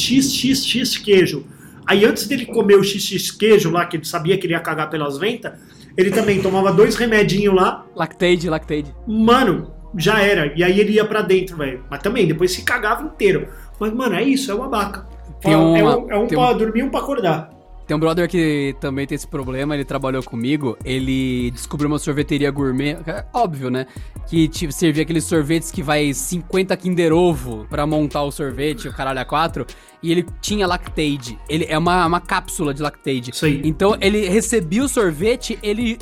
XXXX queijo. Aí antes dele comer o XX queijo lá, que ele sabia que ele ia cagar pelas ventas, ele também tomava dois remedinhos lá, Lactaid, Lactaid. mano, já era. E aí ele ia pra dentro, velho. Mas também, depois se cagava inteiro. Mas, mano, é isso, é uma vaca. Tem é um, uma- é um, é um tem um- pra dormir e um pra acordar. Tem um brother que também tem esse problema, ele trabalhou comigo, ele descobriu uma sorveteria gourmet, é óbvio, né? Que te servia aqueles sorvetes que vai 50 Kinder Ovo pra montar o sorvete, o caralho a 4, e ele tinha Lactaid. Ele é uma, uma cápsula de Lactaid. Isso aí. Então ele recebia o sorvete, ele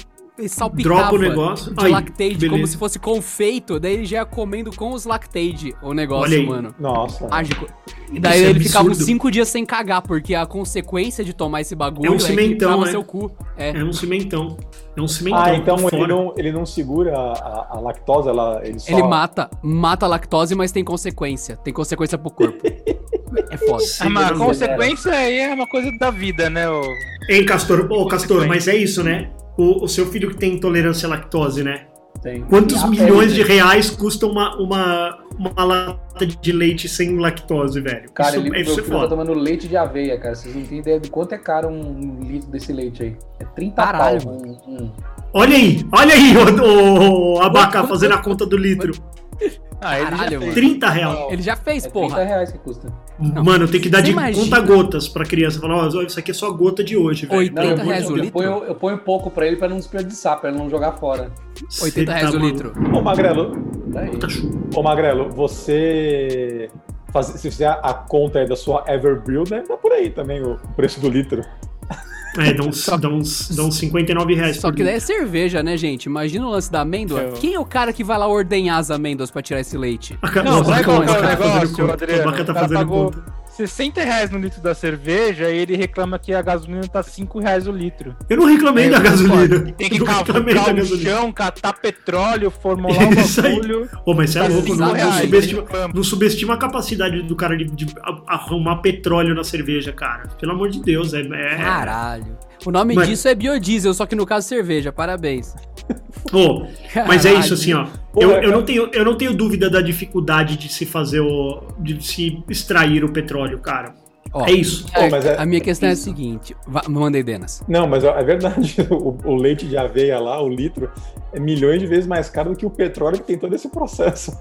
salpicava Dropa o negócio. de Aí, Lactaid, beleza. como se fosse confeito, daí ele já ia comendo com os Lactaid o Olha negócio, aí. mano. Nossa. Mágico. E daí Isso é ele ficava uns absurdo. cinco dias sem cagar, porque a consequência de tomar esse bagulho É um que cimentão, trava né? seu cu. É. É um cimentão. É um cimentão. Ah, então fora. ele não, ele não segura a, a- a lactose, ela, ele só... Ele mata, mata a lactose, mas tem consequência. Tem consequência pro corpo. é foda. Ah, mas a Deus, consequência aí é uma coisa da vida, né? ô? Hein, Castor? Ô, Castor, mas é isso, né? O, o seu filho que tem intolerância à lactose, né? Tem. Quantos E a milhões de pele, reais custa uma, uma, uma lata de leite sem lactose, velho? Cara, isso, ele, isso meu é filho tá foda. tomando leite de aveia, cara. Vocês não têm ideia de quanto é caro um litro desse leite aí. É 30 Caralho, pau. Um, um. Olha aí, olha aí, o, Abaca fazendo a conta do litro. Ah, ele Caralho, já mano. fez. 30 reais. Ele já fez, É 30 porra. reais que custa. Mano, tem que dar Você de imagina? conta-gotas pra criança. Falar, ó, isso aqui é só gota de hoje, velho. 80 eu, ponho- reais o eu litro? Ponho, eu ponho pouco pra ele pra não desperdiçar, pra ele não jogar fora. Tá 80 reais tá o litro. Ô, Magrelo, Daí. Puta chuva. ô, Magrelo, você... faz- se fizer a conta aí da sua Everbrill, deve dar por aí também o preço do litro. É, dá uns, dá uns, dá uns 59 reais. Só por que daí litro. é cerveja, né, gente? Imagina o lance da amêndoa. Eu- Quem é o cara que vai lá ordenhar as amêndoas pra tirar esse leite? A ca- Não, o sabe Abaca- qual que é o o Abaca tá fazendo negócio, conta. O Adriano? Abaca tá O cara fazendo pagou conta. 60 reais no litro da cerveja e ele reclama que a gasolina tá 5 reais o litro. Eu não reclamei É, da eu gasolina. Tem que eu não cavar reclamei da o gasolina. chão, catar petróleo, formular um *laughs* Isso aí. bagulho. Ô, mas você é Tá louco, cinco não, tipo- não, reais, subestima, ele reclama. não subestima a capacidade do cara de, de a- arrumar petróleo na cerveja, cara. Pelo amor de Deus, é. é... Caralho. O nome Mano. disso é biodiesel, só que no caso cerveja. Parabéns. Ô, mas é Caralho. isso, assim, ó. Pô, eu, é, eu, não cara. tenho, eu não tenho dúvida da dificuldade de se fazer o. de se extrair o petróleo, cara. Ó, *laughs* É isso. Pô, mas é- A minha questão é a seguinte. Va- Mandei, Denas. Não, mas é verdade, *laughs* o, o leite de aveia lá, o litro, é milhões de vezes mais caro do que o petróleo que tem todo esse processo.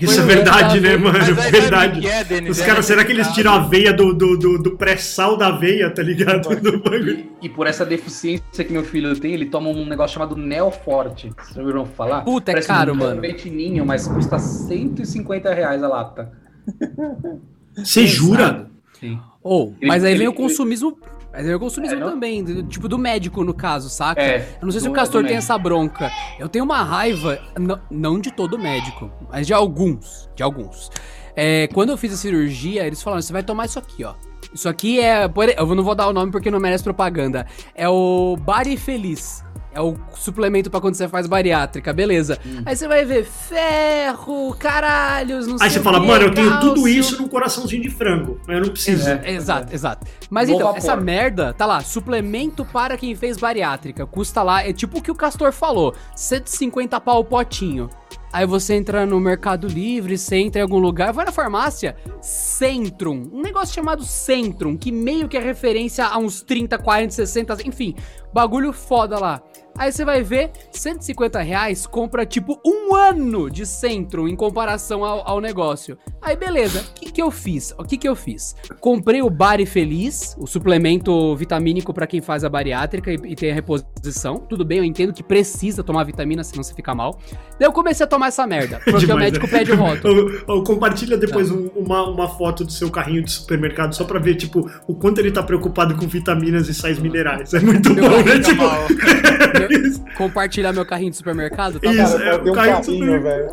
Isso é verdade, né, mano? tá Mas aí sabe o Verdade. que é, Denis? Os É caras, será que eles complicado. tiram né? a veia do, do, do, do pré-sal da veia, tá ligado? *laughs* Do bagulho. E por essa deficiência que meu filho tem, ele toma um negócio chamado Neoforte. Vocês já ouviram falar? Puta, é Parece caro, um mano. sorvetinho, mas custa 150 reais a lata. Você jura? Sim. Ou, Ele- mas aí ele- vem o ele- consumismo. Mas aí vem o consumismo É, não? também, do- tipo do médico, no caso, saca? É. Eu não sei se do- o Castor do tem médico. essa bronca. Eu tenho uma raiva, n- não de todo médico, mas de alguns. De alguns. É, quando eu fiz a cirurgia, eles falaram: você vai tomar isso aqui, ó. Isso aqui é. por- Eu não vou dar o nome porque não merece propaganda. É o Bari Feliz. É o suplemento pra quando você faz bariátrica, beleza. Hum. Aí você vai ver ferro, caralhos, não sei Aí você o fala, quê, mano, eu tenho tudo cálcio." isso num coraçãozinho de frango, mas eu não preciso. *laughs* É. Exato, exato. Mas Bom então, vapor. essa merda, tá lá, suplemento para quem fez bariátrica. Custa lá, é tipo o que o Castor falou: 150 pau o potinho. Aí você entra no Mercado Livre, você entra em algum lugar, vai na farmácia, Centrum. Um negócio chamado Centrum, que meio que é referência a uns 30, 40, 60, enfim, bagulho foda lá. Aí você vai ver, 150 reais compra tipo um ano de Centrum em comparação ao, ao negócio. Aí beleza, o que, que eu fiz? O que, que eu fiz? Comprei o Bari Feliz, o suplemento vitamínico pra quem faz a bariátrica e, e tem a reposição. Tudo bem, eu entendo que precisa tomar vitamina, senão você fica mal. Daí eu comecei a tomar *laughs* essa merda, porque é o Demais, médico né? pede o Tá. rótulo. *laughs* Ou- ou compartilha depois um- uma, uma foto do seu carrinho de supermercado só pra ver, tipo, o quanto ele tá preocupado com vitaminas e sais minerais. É muito Meu bom, né? carrinho tá Tipo, mal. né? Compartilhar meu carrinho de supermercado, tá? Isso. bom? é, eu tenho um caiu carrinho, tudo. velho.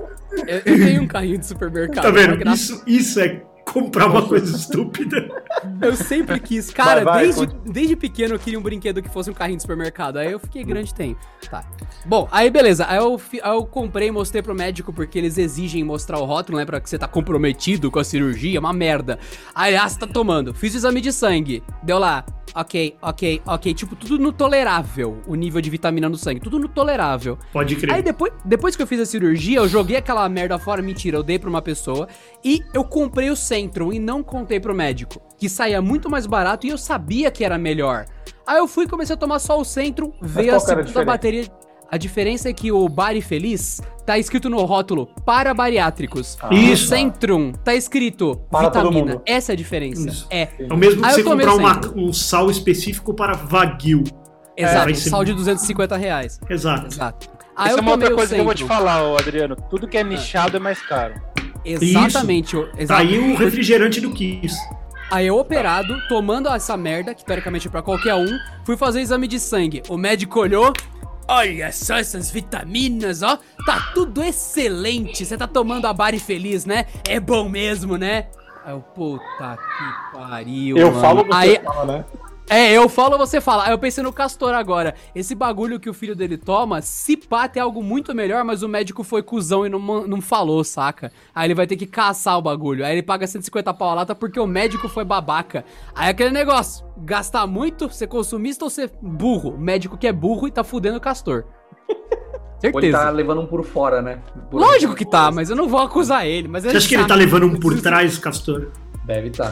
Eu, eu tenho um carrinho de supermercado. tá uma vendo? graça. Isso, isso é comprar uma coisa estúpida. *laughs* Eu sempre quis. Cara, vai, desde, desde pequeno eu queria um brinquedo que fosse um carrinho de supermercado. Aí eu fiquei grande tem. Tá. Bom, aí beleza. Aí eu, fi- aí eu comprei e mostrei pro médico porque eles exigem mostrar o rótulo, né? Pra que você tá comprometido com a cirurgia, é uma merda. Aí, ah, você tá tomando. Fiz o exame de sangue. Deu lá. Ok, ok, ok. Tipo, tudo no tolerável. O nível de vitamina no sangue. Tudo no tolerável. Pode crer. Aí depois, depois que eu fiz a cirurgia, eu joguei aquela merda fora, mentira, eu dei pra uma pessoa e eu comprei o Centrum e não contei pro médico, que saía muito mais barato e eu sabia que era melhor. Aí eu fui e comecei a tomar só o Centrum, qual que veio a era a segunda diferença? bateria. A diferença é que o Bari Feliz tá escrito no rótulo para bariátricos. Isso. O Centrum tá escrito Ah. Para todo vitamina. mundo. Essa é a diferença. Isso. É, É o mesmo que Aí eu você tomei comprar o uma- centro. um sal específico para Wagyu. exato. vai um ser- sal de 250 reais. Exato. Exato. Aí Essa é uma tomei outra o coisa que eu vou te Centrum. falar, ô, Adriano. Tudo que é nichado é mais caro. Exatamente. o- Tá aí o porque- refrigerante do Kiss. Aí eu operado, tomando essa merda, que teoricamente é pra qualquer um, fui fazer exame de sangue. O médico olhou. Olha só essas vitaminas, ó. Tá tudo excelente. Você tá tomando a Bari feliz, né? É bom mesmo, né? Aí eu, puta que pariu. Eu mano. falo você Aí, fala, né? é, eu falo, você fala. Aí eu pensei no Castor agora. Esse bagulho que o filho dele toma, se pá, tem algo muito melhor, mas o médico foi cuzão e não, man- não falou, saca? Aí ele vai ter que caçar o bagulho. Aí ele paga 150 pau a lata porque o médico foi babaca. Aí é aquele negócio, gastar muito, ser consumista ou ser burro? Médico que é burro e tá fudendo o Castor. Ou ele tá Certeza. levando um por fora, né? Por- Lógico que tá, mas eu não vou acusar ele. Mas Você acha que ele tá levando um por trás, Castor? Deve tá.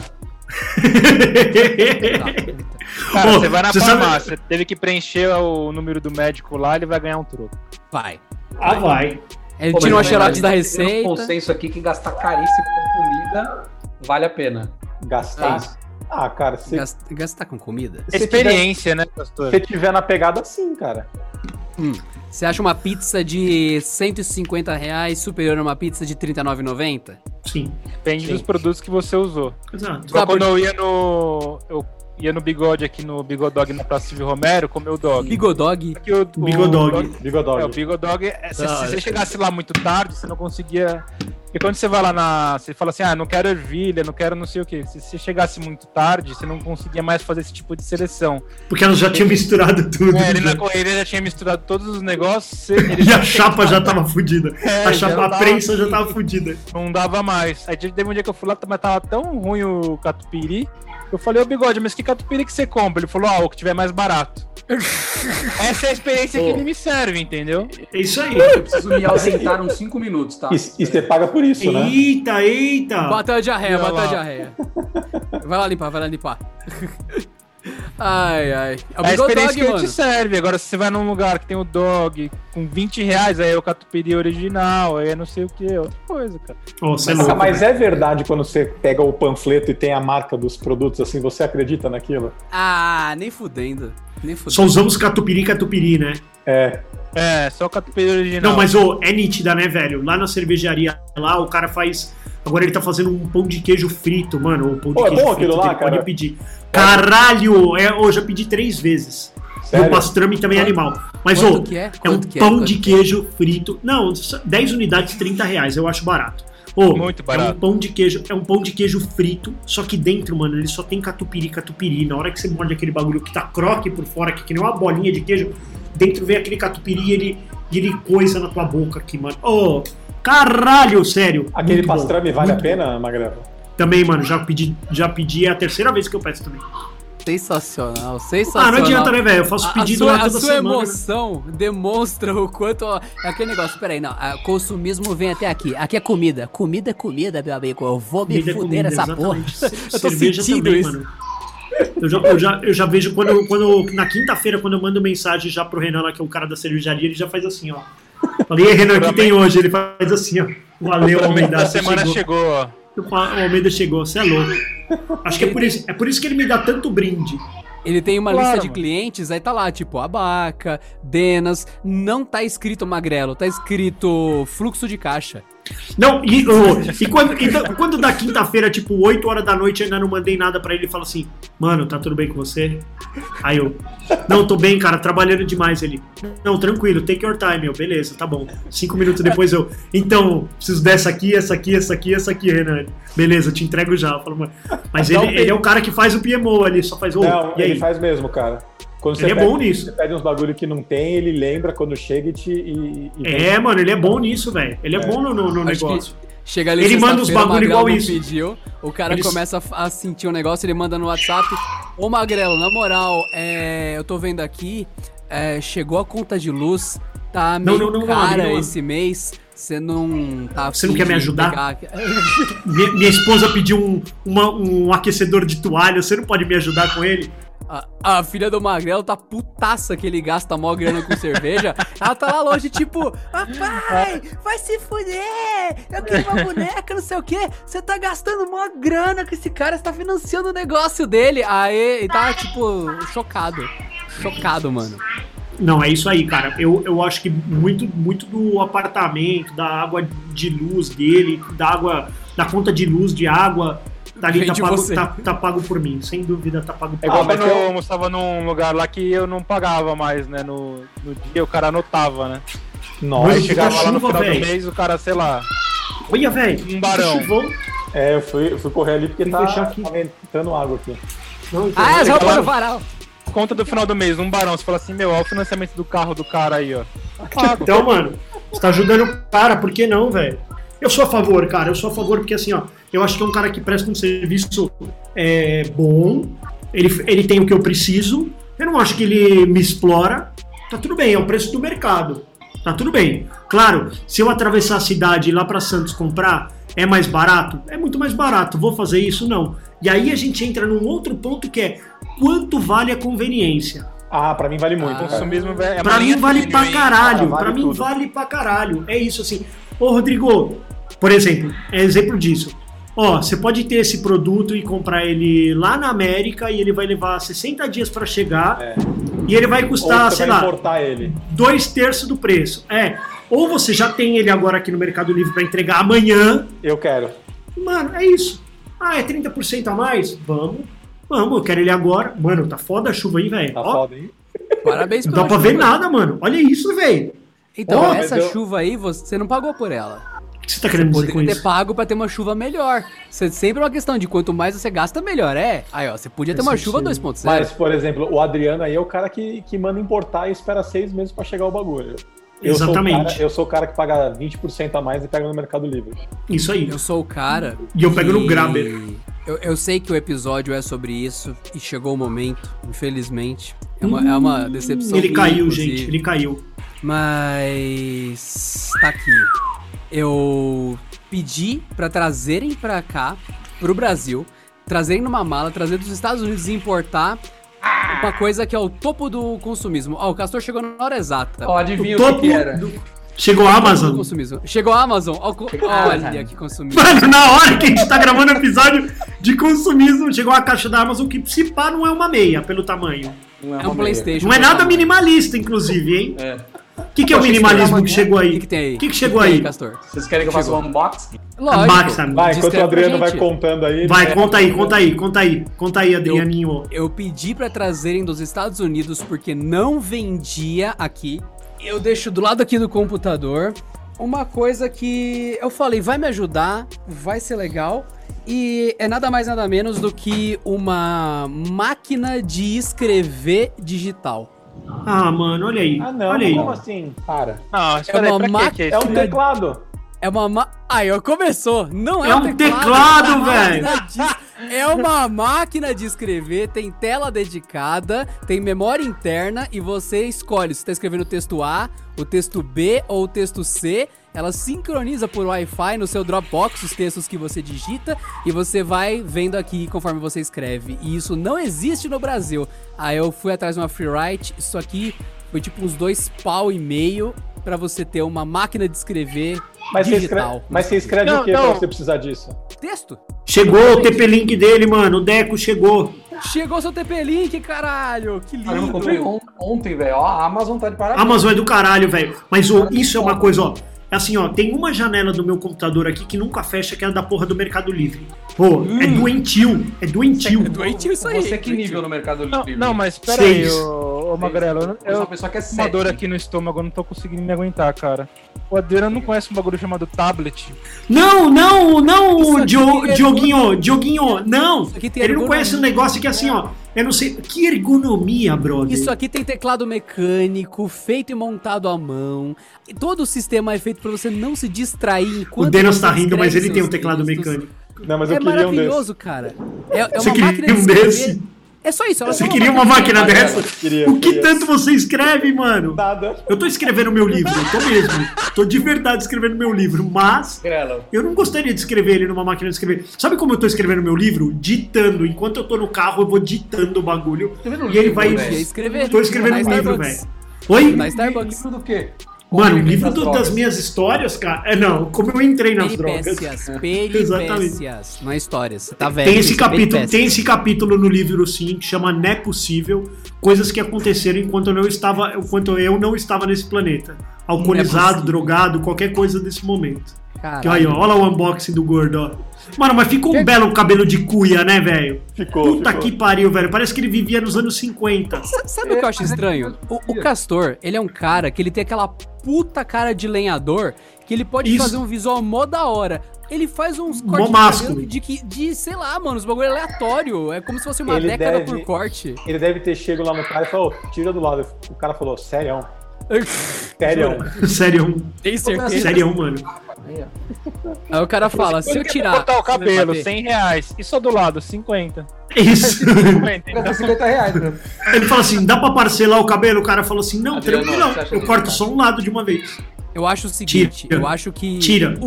*laughs* levando? Cara, Ô, você vai na você sabe- farmácia, teve que preencher o número do médico lá, ele vai ganhar um troco. Vai. ah, vai. Ele Pô, tira uma mas, mas, xerox da a gente tem Um receita. consenso aqui que gastar caríssimo com comida vale a pena. É Gastar. isso. Ah, cara, se Gasta- Gastar com comida? Se Experiência, né, pastor? se tiver na pegada, sim, cara. Você acha uma pizza de 150 reais superior a uma pizza de 39,90? Sim. Depende Sim. dos produtos que você usou. Exato. Igual Sabe por quando eu ia no. Eu ia no bigode aqui no Bigodog na Praça Silvio Romero, comer o dog. Bigodog? Aqui o, Bigodog. o- Bigodog. É, o Bigodog, é, se, Ah, se você é. chegasse lá muito tarde, você não conseguia. Porque quando você vai lá na. Você fala assim, ah, não quero ervilha, não quero não sei o quê. Se você chegasse muito tarde, você não conseguia mais fazer esse tipo de seleção. Porque elas já tinham misturado tudo. É, ele na correria já tinha misturado todos os negócios, ele *laughs* E já a chapa já tava fudida. É, a já chapa, a tava prensa já assim. tava fudida. não dava mais. Aí teve um dia que eu fui lá, mas tava tão ruim o catupiry. Eu falei, ô bigode, mas que catupiry que você compra? Ele falou, ah, o que tiver mais *laughs* barato. Essa é a experiência que ele me serve, entendeu? É isso aí. Eu preciso me ausentar uns 5 minutos, tá? E, e você paga por isso, né? Eita, eita. Bateu a diarreia, Olha bateu a lá. diarreia. Vai lá limpar, vai lá limpar. *laughs* Ai, ai. É o É a Bigodog, experiência que mano. te serve. Agora, se você vai num lugar que tem o dog com 20 reais, aí é o catupiry original, aí é não sei o que, outra coisa, cara. Ó, você é Mas, louco. mas é verdade quando você pega o panfleto e tem a marca dos produtos assim, você acredita naquilo? Ah, nem fudendo. Nem fudendo. Só usamos catupiry, catupiry, né? É. É, só o catupiry original. Não, mas ô, é nítida, né, velho? Lá na cervejaria, lá o cara faz. Agora ele tá fazendo um pão de queijo frito, mano. O pão de Ô, é queijo bom frito aquilo lá, dele, cara? pode pedir. Caralho! É, ô, eu já pedi três vezes. Sério? Meu pastrami também é animal. Mas, Quanto ô, que é? é um Quanto que é? pão Quanto de que é? queijo frito. Não, só 10 unidades, 30 reais, eu acho barato. Ô, Muito É barato. um pão de queijo, é um pão de queijo frito, só que dentro, mano, ele só tem catupiry, catupiry. Na hora que você morde aquele bagulho que tá croque por fora, que, que nem uma bolinha de queijo, dentro vem aquele catupiry e ele, e ele coisa na tua boca aqui, mano. Ô, caralho, sério. Aquele Muito bom, pastrame vale a muito pena, Magrelo? bom. Também, mano, já pedi, já pedi, é a terceira vez que eu peço também. Sensacional, sensacional. Ah, não adianta, né, velho? Eu faço A- pedido a sua, lá toda a sua semana. né? emoção demonstra o quanto. ó, é aquele negócio, peraí, não. a- consumismo vem até aqui. Aqui é comida. Comida é comida, meu amigo. Eu vou me Comida é fuder comida, essa exatamente. porra. Ce- *laughs* Eu tô cerveja sentindo também, isso. mano. Eu já, eu, já, eu já vejo quando, quando na quinta-feira, quando eu mando mensagem já pro Renan, lá, que é o cara da cervejaria, ele já faz assim, ó. Falei, "E aí, Renan, o que tem hoje? Ele faz assim, ó. Valeu, Pra mim, Almeida. da você semana chegou. chegou, ó. Eu falo, O Almeida chegou, você é louco. Acho que é por isso, é por isso que ele me dá tanto brinde. Ele tem uma Claro, lista de mano. clientes, aí tá lá, tipo, abaca, denas. Não tá escrito magrelo, tá escrito fluxo de caixa. Não, e, *laughs* ô, e quando, e da- quando da quinta-feira, tipo, 8 horas da noite, eu ainda não mandei nada pra ele, ele fala assim, mano, tá tudo bem com você? Aí eu, não, tô bem, cara, trabalhando demais. Ele, não, tranquilo, take your time, eu, beleza, tá bom. Cinco minutos depois eu, então, preciso dessa aqui, essa aqui, essa aqui, essa aqui, Renan. Beleza, eu te entrego já. Eu falo, mano, mas ele, Dá um ele é o cara que faz o PMO ali, só faz, ô, Não, e ele aí? faz mesmo, cara. Quando Ele é pede- bom nisso. Você pede uns bagulho que não tem, ele lembra quando chega e te. E, e- e É, mano, ele é bom nisso, velho. Ele é, bom no, no- no Acho que negócio. Chega ali Ele manda uns sexta-feira, o bagulho Magrelo igual não isso. Pediu, o cara Ele- começa a f- a sentir um negócio, ele manda no WhatsApp. Ô Magrelo, na moral, é, eu tô vendo aqui, é, chegou a conta de luz, tá meio Não, não, não, não, cara não, não. esse mês. Você não tá afim Você não quer me de ajudar? pegar- Minha, minha esposa pediu um, uma- um aquecedor de toalha, você não pode me ajudar com ele? A, a filha do Magrelo tá putaça que ele gasta mó grana *laughs* com cerveja. Ela tá lá longe, tipo, rapaz, vai se fuder! Eu queria uma boneca, não sei o quê. Você tá gastando mó grana com esse cara, você tá financiando o negócio dele. Aí ele tá, tipo, chocado. Chocado, mano. Não, é isso aí, cara. Eu, eu acho que muito, muito do apartamento, da água de luz dele, da água, da conta de luz, de água, tá ali, Vem tá de pago, você. tá, tá pago por mim. Sem dúvida, tá pago por É mim. igual Ah, mas quando eu- eu almoçava num lugar lá que eu não pagava mais, né? No, no dia o cara anotava, né? Nossa, Mas- Aí chegava lá no chuva, final véi. do mês, o cara, sei lá. Olha, velho, Um barão. esse chuvão. é, eu fui, eu fui correr ali porque Tem que tá, fechar aqui. tá entrando água aqui. Não, então, Ah, é as legal. roupas no varal. Conta do final do mês, um barão. Você fala assim, meu, olha o financiamento do carro do cara aí, ó. Tipo, Pago. Então, mano, você tá ajudando o cara, por que não, velho? Eu sou a favor, cara, eu sou a favor porque, assim, ó, eu acho que é um cara que presta um serviço é, bom, ele, ele tem o que eu preciso, eu não acho que ele me explora, tá tudo bem, é o preço do mercado, tá tudo bem. Claro, se eu atravessar a cidade e ir lá pra Santos comprar, é mais barato? É muito mais barato, vou fazer isso? Não. E aí a gente entra num outro ponto que é quanto vale a conveniência? Ah, pra mim vale muito. Ah. cara. Consumismo, velho. é pra uma mim linha vale tênue, pra hein? caralho. Cara, vale pra mim é tudo. vale pra caralho. É isso assim. Ô, Rodrigo, por exemplo, é exemplo disso. Ó, você pode ter esse produto e comprar ele lá na América e ele vai levar 60 dias pra chegar. É. E ele vai Ou você custar, Tá, sei vai lá, importar ele. dois terços do preço. É. Ou você já tem ele agora aqui no Mercado Livre pra entregar amanhã. Eu quero. Mano, é isso. Ah, é 30% a mais? Vamos. Vamos, eu quero ele agora. Mano, tá foda a chuva aí, velho. Tá Ó, foda, hein? Parabéns não pela dá pra ver chuva. Então nada, mano. Olha isso, velho. Então, Ó, essa mas eu- chuva aí, você não pagou por ela. O que você tá querendo dizer com Poderia isso? ter pago pra ter uma chuva melhor. Você sempre é uma questão de quanto mais você gasta, melhor, é? Aí, ó, você podia ter uma chuva 2.0. Mas, por exemplo, o Adriano aí é o cara que, que manda importar e espera seis meses pra chegar o bagulho. Eu sou o cara- Exatamente. Hum, eu sou o cara que paga 20% a mais e pega no Mercado Livre. Isso aí. Eu sou o cara. E eu pego no que- Grabber. Eu, eu sei que o episódio é sobre isso e chegou o momento, infelizmente. É uma, é uma decepção. Ele minha, caiu, inclusive, gente. Ele caiu. Mas. Tá aqui. Eu pedi pra trazerem pra cá, pro Brasil, trazerem numa mala, trazer dos Estados Unidos e importar Uma coisa que é o topo do consumismo. Ó, o Castor chegou na hora exata. Ó, O adivinha o que topo que era? do... Chegou a Do Amazon. consumismo. Chegou a Amazon. Ó, o co- Chegou a Olha Amazon. que consumismo. Mano, na hora que a gente tá gravando o episódio de consumismo, chegou a caixa da Amazon que, se pá, não é uma meia pelo tamanho. É Não um uma merda. Playstation. Não é nada minimalista, inclusive, hein? É. O que, que é o minimalismo que chegou O que, aí? que tem aí? O que, que chegou tem aí? Castor? Vocês querem que eu faça um Chegou. unboxing? Lógico. Unboxing. Vai, Descreve enquanto o pra Adriano gente. vai contando aí. é né? Vai, conta aí, conta aí, conta aí. Conta aí, Adrianinho. Eu pedi pra trazerem dos Estados Unidos porque não vendia aqui. Eu deixo do lado aqui do computador uma coisa que eu falei, vai me ajudar, vai ser legal. E é nada mais nada menos do que uma máquina de escrever digital. Ah, mano, olha aí. Ah, não, olha aí. como assim? Para. Não, espera uma aí, pra máquina- quê que é É isso? um teclado. É uma ma... Aí, ó, começou. Não é, É um teclado, é uma velho. máquina de- É uma máquina de escrever, tem tela dedicada, tem memória interna e você escolhe se tá escrevendo o texto A, o texto B ou o texto C. Ela sincroniza por Wi-Fi no seu Dropbox os textos que você digita e você vai vendo aqui conforme você escreve. E isso não existe no Brasil. Aí eu fui atrás de uma freeride, isso aqui foi tipo uns dois pau e meio pra você ter uma máquina de escrever Mas você digital. escreve, mas você escreve Não, o que não. pra você precisar disso? Texto? Chegou assim. o TP-Link dele, mano. O Deco chegou. Chegou seu TP-Link, caralho! Que Caramba, eu lindo! comprei um. on- ontem, velho. Ó, a Amazon tá de A parabéns. Amazon é do caralho, velho. Mas ô, isso é uma coisa, ó. É Assim, ó, tem uma janela do meu computador aqui que nunca fecha, que é a da porra do Mercado Livre. Pô, é doentio. É doentio. Doentio Hum. isso aí. Você que nível no Mercado Não, Livre? não, mas é espera aí, Seis. ô, ô Magrelo. Eu sou né? Eu, uma pessoa que é tô com uma dor séria. aqui no estômago, eu não tô conseguindo me aguentar, cara. O Adriano não conhece um bagulho chamado tablet. Não, não, Isso não, aqui Dio, tem Dioguinho, Dioguinho, não. Isso aqui tem Ele não ergonomia. conhece um negócio que é assim, ó. Eu não sei. Que ergonomia, brother. Isso é aqui tem teclado mecânico, feito e montado à mão. E todo o sistema é feito pra você não se distrair enquanto. o Denos você tá rindo, mas escreve ele tem um seus teclado textos. mecânico. Não, mas eu é queria um desse. maravilhoso, cara. É, é Você uma máquina queria de um escrever. desse? É só isso. ela é só Você queria uma máquina de escrever. dessa? Queria, O que queria. tanto você escreve, mano? Nada. Eu tô escrevendo meu livro, eu tô mesmo. Tô de verdade escrevendo meu livro, mas Grelo. eu não gostaria de escrever ele numa máquina de escrever. Sabe como eu tô escrevendo meu livro? Ditando. Enquanto eu tô no carro, eu vou ditando o bagulho. Tá Escrevendo E ele livro, vai. velho. Ia escrever. Tá Tô escrevendo Na um livro, Starbucks. Tá velho. Oi? Na Starbucks. Livro do quê? Mano, o Como livro das do- drogas. das minhas histórias, cara. É, não, como eu entrei nas drogas. Peripécias, Exatamente. peripécias. Não é história, você tá velho. Tem esse, gente, capítulo, peripécias. tem esse capítulo no livro sim que chama Não é Possível, coisas que aconteceram enquanto eu não estava, enquanto eu não estava nesse planeta. Alcoolizado, possível. drogado, qualquer coisa desse momento. Que Caralho. aí, ó, olha lá o unboxing do gordo, ó. Mano, mas ficou um belo cabelo de cuia, né, velho? Ficou. Puta ficou. que pariu, velho. Parece que ele vivia nos anos 50. Sa- Sabe o que eu acho estranho? O, o Castor, ele é um cara que ele tem aquela puta cara de lenhador que ele pode Isso. fazer um visual mó da hora. Ele faz uns Mó cortes de másculo. cabelo de, que- de, sei lá, mano, os bagulho é aleatório. É como se fosse uma Ele década deve- por corte. Ele deve ter chego lá no cara e falou, "Ô, tira do lado. O cara falou, sério? Sério? Sério, Tem certeza? sério, mano. Aí, ó. Aí o cara fala, se eu tirar... Cortar o cabelo, Você vai bater? 100 reais. E só do lado, *laughs* 50. *laughs* É Isso. 50, Fica então. com 50 reais, né? Ele fala assim: dá pra parcelar o cabelo? O cara falou assim: não, Adriano, tranquilo, você acha eu que- corto só um lado de uma vez. Eu acho o seguinte, Tira. eu acho que... Tira.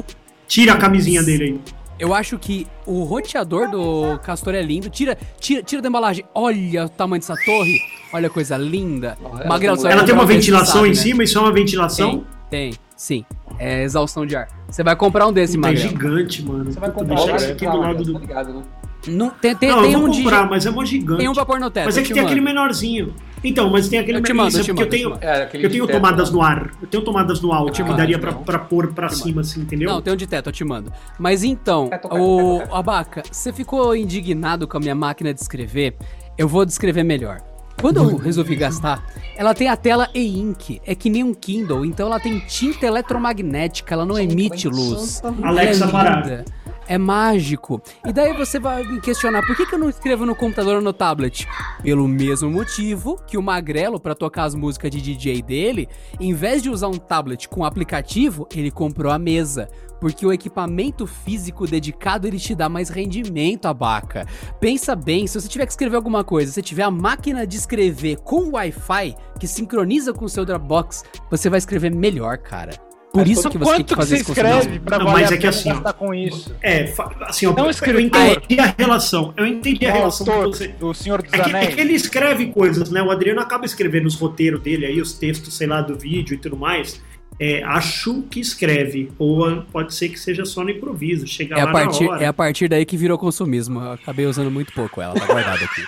Tira a camisinha dele aí. Eu acho que o roteador do Castor é lindo. Tira, tira, tira da embalagem. Olha o tamanho dessa torre. Olha a coisa linda. Olha, Magrelo, você vai Ela tem comprar uma um desses, ventilação sabe, em né? cima, isso é uma ventilação? Tem, tem, sim. É exaustão de ar. Você vai comprar um desse, Puta, é Magrelo. gigante, mano. Você vai Puta, comprar deixa outro, isso vai aqui comprar, do mas lado tá do. ligado, né? Não, tem tem, Não, tem eu um vou de. comprar, mas é mó gigante. Tem um pra pôr no teto. Mas é eu que te tem aquele mando. menorzinho. Então, mas tem aquele Eu te menor- mando, isso eu é te porque eu mando, eu tenho. te É, aquele Eu de tenho teto, tomadas né? no ar. Eu tenho tomadas no alto, te que mando, daria pra, então. pra pôr pra cima, assim, entendeu? Não, tem um de teto, eu te mando. Mas então, Teto, teto, o teto, teto. Abaca, você ficou indignado com a minha máquina de escrever? Eu vou descrever melhor. Quando eu resolvi gastar, ela tem a tela e-ink, é que nem um Kindle, então ela tem tinta eletromagnética, ela não emite luz. Alexa, Ela é parar. linda, É mágico. E daí você vai me questionar, por que, que eu não escrevo no computador ou no tablet? Pelo mesmo motivo que o Magrelo, pra tocar as músicas de DJ dele, em vez de usar um tablet com aplicativo, ele comprou a mesa. Porque o equipamento físico dedicado ele te dá mais rendimento, abaca. Pensa bem, se você tiver que escrever alguma coisa, se tiver a máquina de escrever com Wi-Fi que sincroniza com o seu Dropbox, você vai escrever melhor, cara. Por Mas isso que você É, quanto tem que fazer você esse consumismo. escreve pra Não, valer mas a é que pena assim, ó. gastar com isso? É, fa- assim, ó, Não, eu escritor. entendi a relação. Eu entendi a O relação que um autor você. do Senhor dos É que, é Anéis. que ele escreve coisas, né? O Adriano acaba escrevendo os roteiros dele aí, os textos, sei lá, do vídeo e tudo mais. É, acho que escreve. Ou ah, pode ser que seja só no improviso, chegar É lá a, partir, na hora. é a partir daí que virou consumismo. Eu acabei usando muito pouco ela, tá guardada aqui.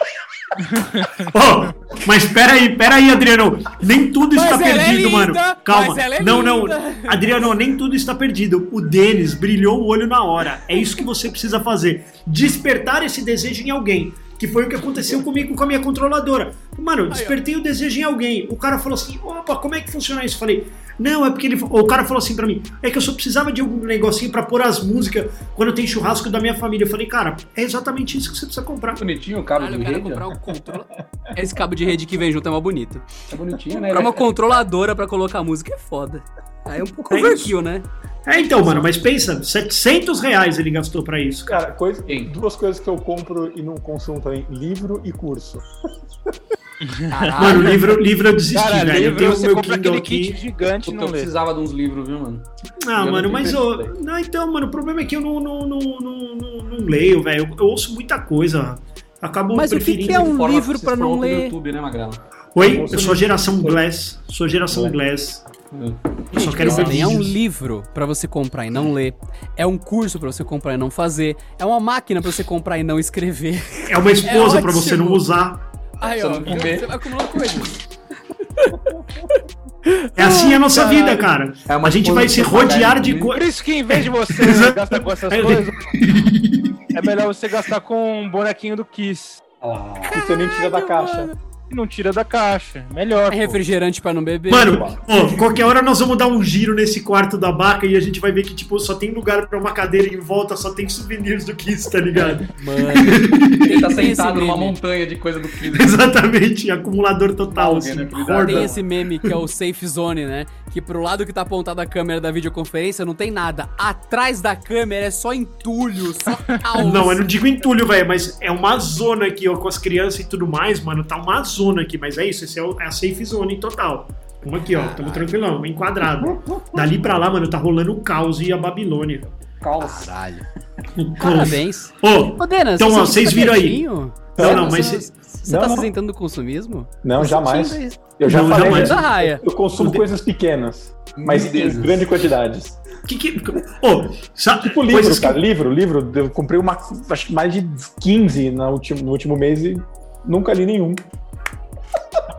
Ô, mas peraí, peraí, Adriano. Nem tudo Mas está ela é perdido, linda, mano. Calma. mas ela é não, não. linda. Adriano, nem tudo está perdido. O Denis brilhou o olho na hora. É isso que você precisa fazer. Despertar esse desejo em alguém. Que foi o que aconteceu comigo com a minha controladora. Mano, eu despertei o desejo em alguém. O cara falou assim: opa, como é que funciona isso? Eu falei, não, é porque ele. O cara falou assim pra mim: é que eu só precisava de um negocinho pra pôr as músicas quando tem churrasco da minha família. Eu falei, cara, é exatamente isso que você precisa comprar. É Bonitinho o cabo *laughs* Caralho, de eu quero rede. comprar ó. um controle. Esse cabo de rede que vem junto é mais bonito. É bonitinho, né? Pra uma controladora pra colocar música é foda. Aí é um pouco overkill, né? É, então, mano, mas pensa, 700 reais ele gastou pra isso, cara. Cara, coisa- Sim. duas coisas que eu compro e não consumo também: livro e curso. *laughs* Mano, livro, livro eu desisti, Cara, velho. eu livro, tenho o você meu compra Kindle aquele aqui. kit gigante e Puta, não eu lê. precisava de uns livros, viu, mano? Ah, Eu mano, não mas tenho eu. perfil. Não, então, mano, o problema é que eu não, não, não, não, não- não leio, velho. Eu, eu ouço muita coisa. Acabo Mas o que preferindo. que é um Forma livro que vocês pra não colocam no ler? YouTube, né, Magrela? Oi, eu sou geração Glass. Sou geração Glass. Eu só quero Isso ver nem é um vídeos. livro pra você comprar e não ler. É um curso pra você comprar e não fazer. É uma máquina pra você comprar e não escrever. É uma esposa É pra você não ótimo. usar. Aí, Você ó, não vê. você vai acumulando coisas. É Ah, assim a nossa vida, cara. É uma a gente esposa vai que se você pagar rodear em de mim. Por coisas. isso que em vez de *laughs* você gastar com essas É. coisas, é melhor você gastar com um bonequinho do Kiss. Ah, Que você nem tira da caixa. E não tira da caixa. Melhor. É pô. refrigerante pra não beber. Mano, ó, qualquer hora nós vamos dar um giro nesse quarto da Baca e a gente vai ver que, tipo, só tem lugar pra uma cadeira em volta, só tem souvenirs do Kiss, tá ligado? *laughs* Ele tá Tem *laughs* esse sentado numa meme. montanha de coisa do filho. Exatamente, acumulador total, assim, Alguém, né, horda. Tem esse meme que é o Safe Zone, né? Que pro lado que tá apontada a câmera da videoconferência não tem nada. Atrás da câmera é só entulho, só caos. Não, é eu não digo entulho, velho, mas é uma zona aqui, ó, com as crianças e tudo mais, mano, tá uma zona aqui, mas é isso, esse é, o- é a safe zone total. Vamos aqui, ó, tamo tranquilão, enquadrado. Dali pra lá, mano, tá rolando o caos e a Babilônia. Calça. Caralho. O caos. Parabéns. Ô, Ô, Denas, Então, você ó, vocês tá viram aí. quietinho? não, não, mas... Você, cê- você Não, tá não. se isentando do consumismo? tá Não, jamais. Eu Não, já falei. jamais. Da raia. Eu consumo coisas pequenas, mas em Deus. grandes quantidades. Que que... Ô, sa- Tipo coisas livro, que- cara. Livro, livro. Eu comprei uma, acho que mais de 15 na ulti- no último mês e nunca li nenhum.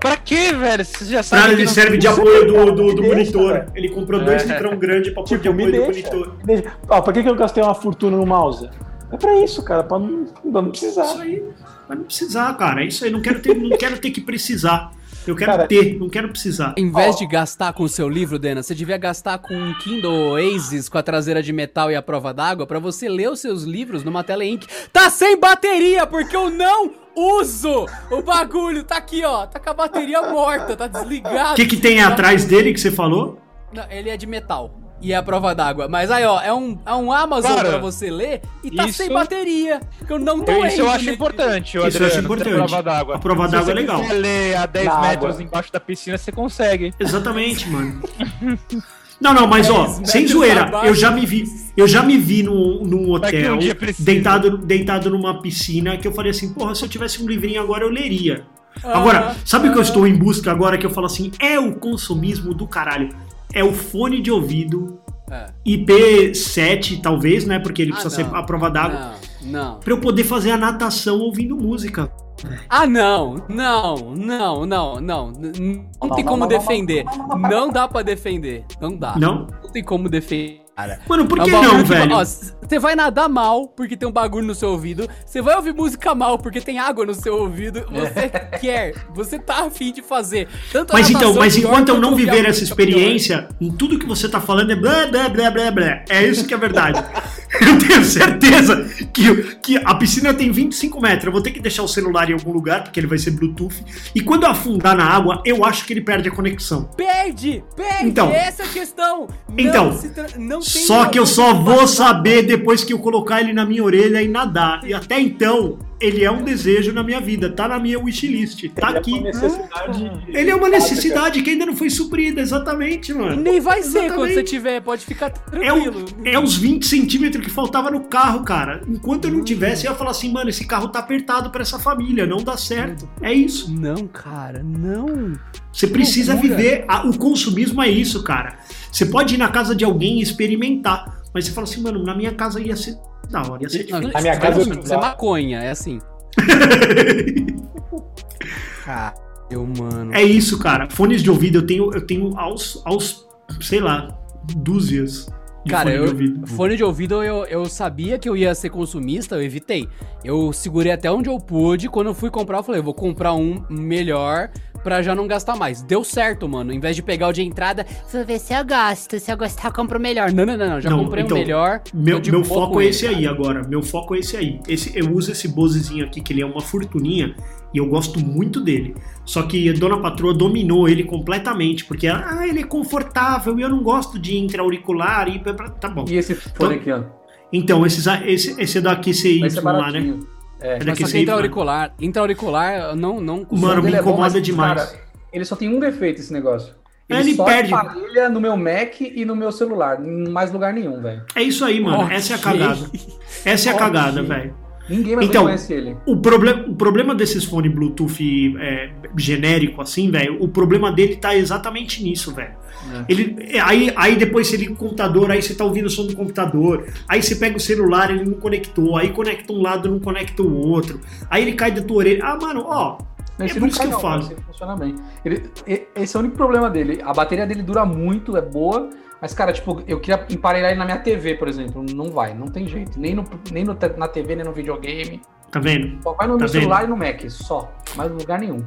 Pra quê, velho? Você já sabe. Cara, que ele não- serve de Você apoio do, cara, do, me do deixa, monitor. velho. Ele comprou dois É. litrão grande pra pôr de Tipo, me apoio do deixa. monitor. me deixa. Ó, pra que, que eu gastei uma fortuna no mouse? É pra isso, cara, pra não, pra não Isso precisar. aí, mas não precisar, cara. É Isso aí, não quero ter, não quero ter que precisar. Eu quero Cara, ter, não quero precisar. Em vez de gastar com o seu livro, Dena, você devia gastar com um Kindle Oasis com a traseira de metal e a prova d'água pra você ler os seus livros numa tela ink. Tá sem bateria, porque eu não uso o bagulho. Tá aqui, ó. Tá com a bateria morta, tá desligado. O que, que tem atrás dele que você falou? Não, ele é de metal. E é a prova d'água. Mas aí, ó, é um, é um Amazon Cara, pra você ler e tá sem isso- bateria. Porque eu não tô Eu- Isso eu lendo, acho né? importante, ô, Isso eu acho Adriano, ter importante. Prova d'água. A prova Se d'água você é legal. quiser ler a 10 Na metros água. embaixo da piscina, você consegue. Exatamente, mano. Não, não, mas ó, Dez sem metros um zoeira, abaixo. eu já me vi, eu já me vi num, num Vai que um hotel, dia precisa. deitado, deitado numa piscina, que eu falei assim, porra, se eu tivesse um livrinho agora eu leria. Ah. Agora, sabe o que eu estou em busca agora que eu falo assim, é o consumismo do caralho. É o fone de ouvido É. IP7, talvez, né? Porque ele Ah, precisa não. ser a prova d'água. Não, não. Pra eu poder fazer a natação ouvindo música. Ah, não, não, não, não, não. N- n- Não tem como defender. Não dá pra defender. Não dá. Não? Não tem como defender. Cara. Mano, por Ah. É um que bagulho não, que- velho? ó, c- Você vai nadar mal porque tem um bagulho no seu ouvido. Você vai ouvir música mal porque tem água no seu ouvido. Você *laughs* quer, você tá afim de fazer. Tanto a Mas então, natação mas Tá, pior enquanto eu quanto não ouvir a tá viver essa música pior. experiência, em tudo que você tá falando é blá blá blá blá blá. É isso que é verdade. *laughs* Eu tenho certeza que, que a piscina tem 25 metros. Eu vou ter que deixar o celular em algum lugar, porque ele vai ser Bluetooth. E quando eu afundar na água, eu acho que ele perde a conexão. Perde! Perde! Então. essa é a questão! Não Então. se tra- não tem Só que eu só vou saber depois que eu colocar ele na minha orelha e nadar. E até então, ele é um desejo na minha vida, tá na minha wishlist, tá Ele é uma aqui. necessidade. Ele é uma necessidade que ainda não foi suprida, exatamente, mano. Nem vai ser quando Exatamente. você tiver, pode ficar É, tranquilo. o- é os 20 centímetros que faltava no carro, cara. Enquanto Hum. eu não tivesse, eu ia falar assim, mano, esse carro tá apertado pra essa família, não dá certo. É isso. Não, cara, Hum. não. Você precisa loucura. viver. a- o consumismo é isso, cara. Você pode ir na casa de alguém e experimentar, mas você fala assim, mano, na minha casa ia ser da hora, ia ser Não, diferente. Na minha você casa vai- eu- Você é maconha, é assim. Caralho, mano. *laughs* É isso, cara. Fones de ouvido eu tenho, eu tenho aos, aos sei lá, dúzias de Cara, fone eu, de ouvido. fone de ouvido eu, eu sabia que eu ia ser consumista, eu evitei. Eu segurei até onde eu pude. Quando eu fui comprar, eu falei, eu vou comprar um melhor pra já não gastar mais. Deu certo, mano. Em vez de pegar o de entrada, vou ver se eu gasto. Se eu gostar, eu compro o melhor. Não, não, não, não. Já Não, comprei então, o melhor. Meu, tô de meu boa foco com é ele, esse cara. aí agora. Meu foco é esse aí. Esse, eu uso esse Bosezinho aqui, que ele é uma fortuninha, e eu gosto muito dele. Só que a Dona Patroa dominou ele completamente, porque ah, ele é confortável e eu não gosto de intra-auricular e. Tá bom. E esse fone aqui, ó. Então, esses, a- esse, esse daqui CY Vai ser lá, né? baratinho. É. Ele Mas aqui só que CY. intra-auricular, intra-auricular, eu não, não O som Mano, me dele é bom, incomoda mas, demais. cara, ele só tem um defeito, esse negócio. É, ele só perde. aparelha no meu Mac e no meu celular. Em mais lugar nenhum, velho. É isso aí, mano. Ok. Essa é a cagada. Essa é a Ok. cagada, velho. Ninguém mais Então, reconhece ele. O, proble o problema desses fones Bluetooth é, genérico, assim, velho, o problema dele tá exatamente nisso, velho. É. Ele, é, aí, aí depois você liga o computador, aí você tá ouvindo o som do computador, aí você pega o celular, ele não conectou, aí conecta um lado, não conecta o outro, aí ele cai da tua orelha. Ah, mano, ó, Não, É esse por não isso cai que eu não, falo. esse funciona bem. Ele- e- esse é o único problema dele. A bateria dele dura muito, é boa. Mas, cara, tipo, eu queria emparelhar ele na minha TV, por exemplo. Não vai, não tem jeito. Nem, no, nem no te- na TV, nem no videogame. tá vendo? Só vai no Tá meu vendo? celular e no Mac, só. Mais em lugar nenhum.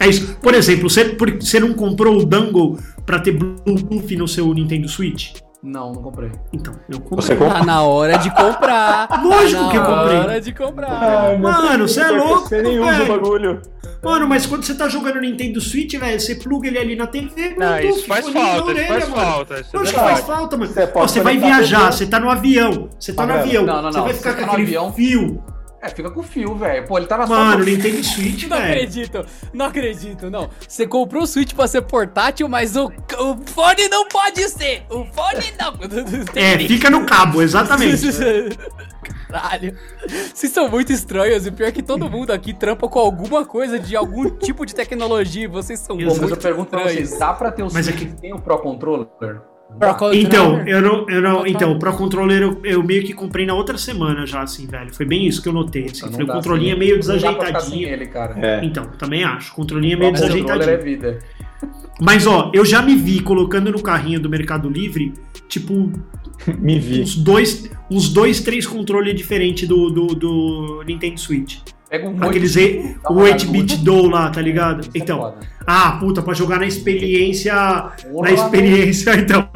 É isso. Por exemplo, você, por- você não comprou o Dangle pra ter Bluetooth no seu Nintendo Switch? Não, não comprei. Então, eu Você comprei. compra. Tá na hora de comprar. Lógico Tá Tipo, que eu comprei. Na hora de comprar. Ah, meu Mano, Deus, você é não vai louco, acontecer nenhum velho. do bagulho. Mano, mas quando você tá jogando Nintendo Switch, velho, você pluga ele ali na TV, Não, Bluetooth, Ah, isso faz fone na falta, orelha, isso faz né, mano. falta. isso é Lógico que verdade. faz falta, mano. Você Você, pode vai conectar viajar, pelo- você tá no avião. Você tá no Tá avião. Não, não, Você não, vai ficar você com tá no aquele avião. fio. É, fica com o fio, velho. Pô, ele tá na Mano, sua. Nintendo Switch, Não velho. acredito, não acredito, não. Você comprou o Switch pra ser portátil, mas o, o fone não pode ser. O fone não. *laughs* É, fica no cabo, *laughs* exatamente. é Caralho. Vocês são muito estranhos e pior que todo mundo aqui trampa com alguma coisa de algum tipo de tecnologia. e Vocês são Pô, mas muito eu pergunto pra estranhos. vocês, dá pra ter o Mas é Switch aqui- que tem o Pro Controller? Pro controller. Então, né? eu não, eu Tá não, Total. então, o Pro Controller eu, eu meio que comprei na outra semana já, assim, velho. Foi bem isso que eu notei. Assim. Não Falei, o dá, controlinho é assim, meio não dá pra ficar sem desajeitadinho. ele, cara. É. Então, também acho. O controlinho é Pro meio Controller desajeitadinho. é vida. Mas ó, eu já me vi colocando no carrinho do Mercado Livre, tipo, Me vi. uns dois, uns dois três controles diferentes do, do, do Nintendo Switch. Pega um Aqueles e- dá o uma 8-bit ajuda. do lá, tá ligado? Isso é Então, foda. ah, puta, pra jogar na experiência. Na Porra, experiência, *laughs* então.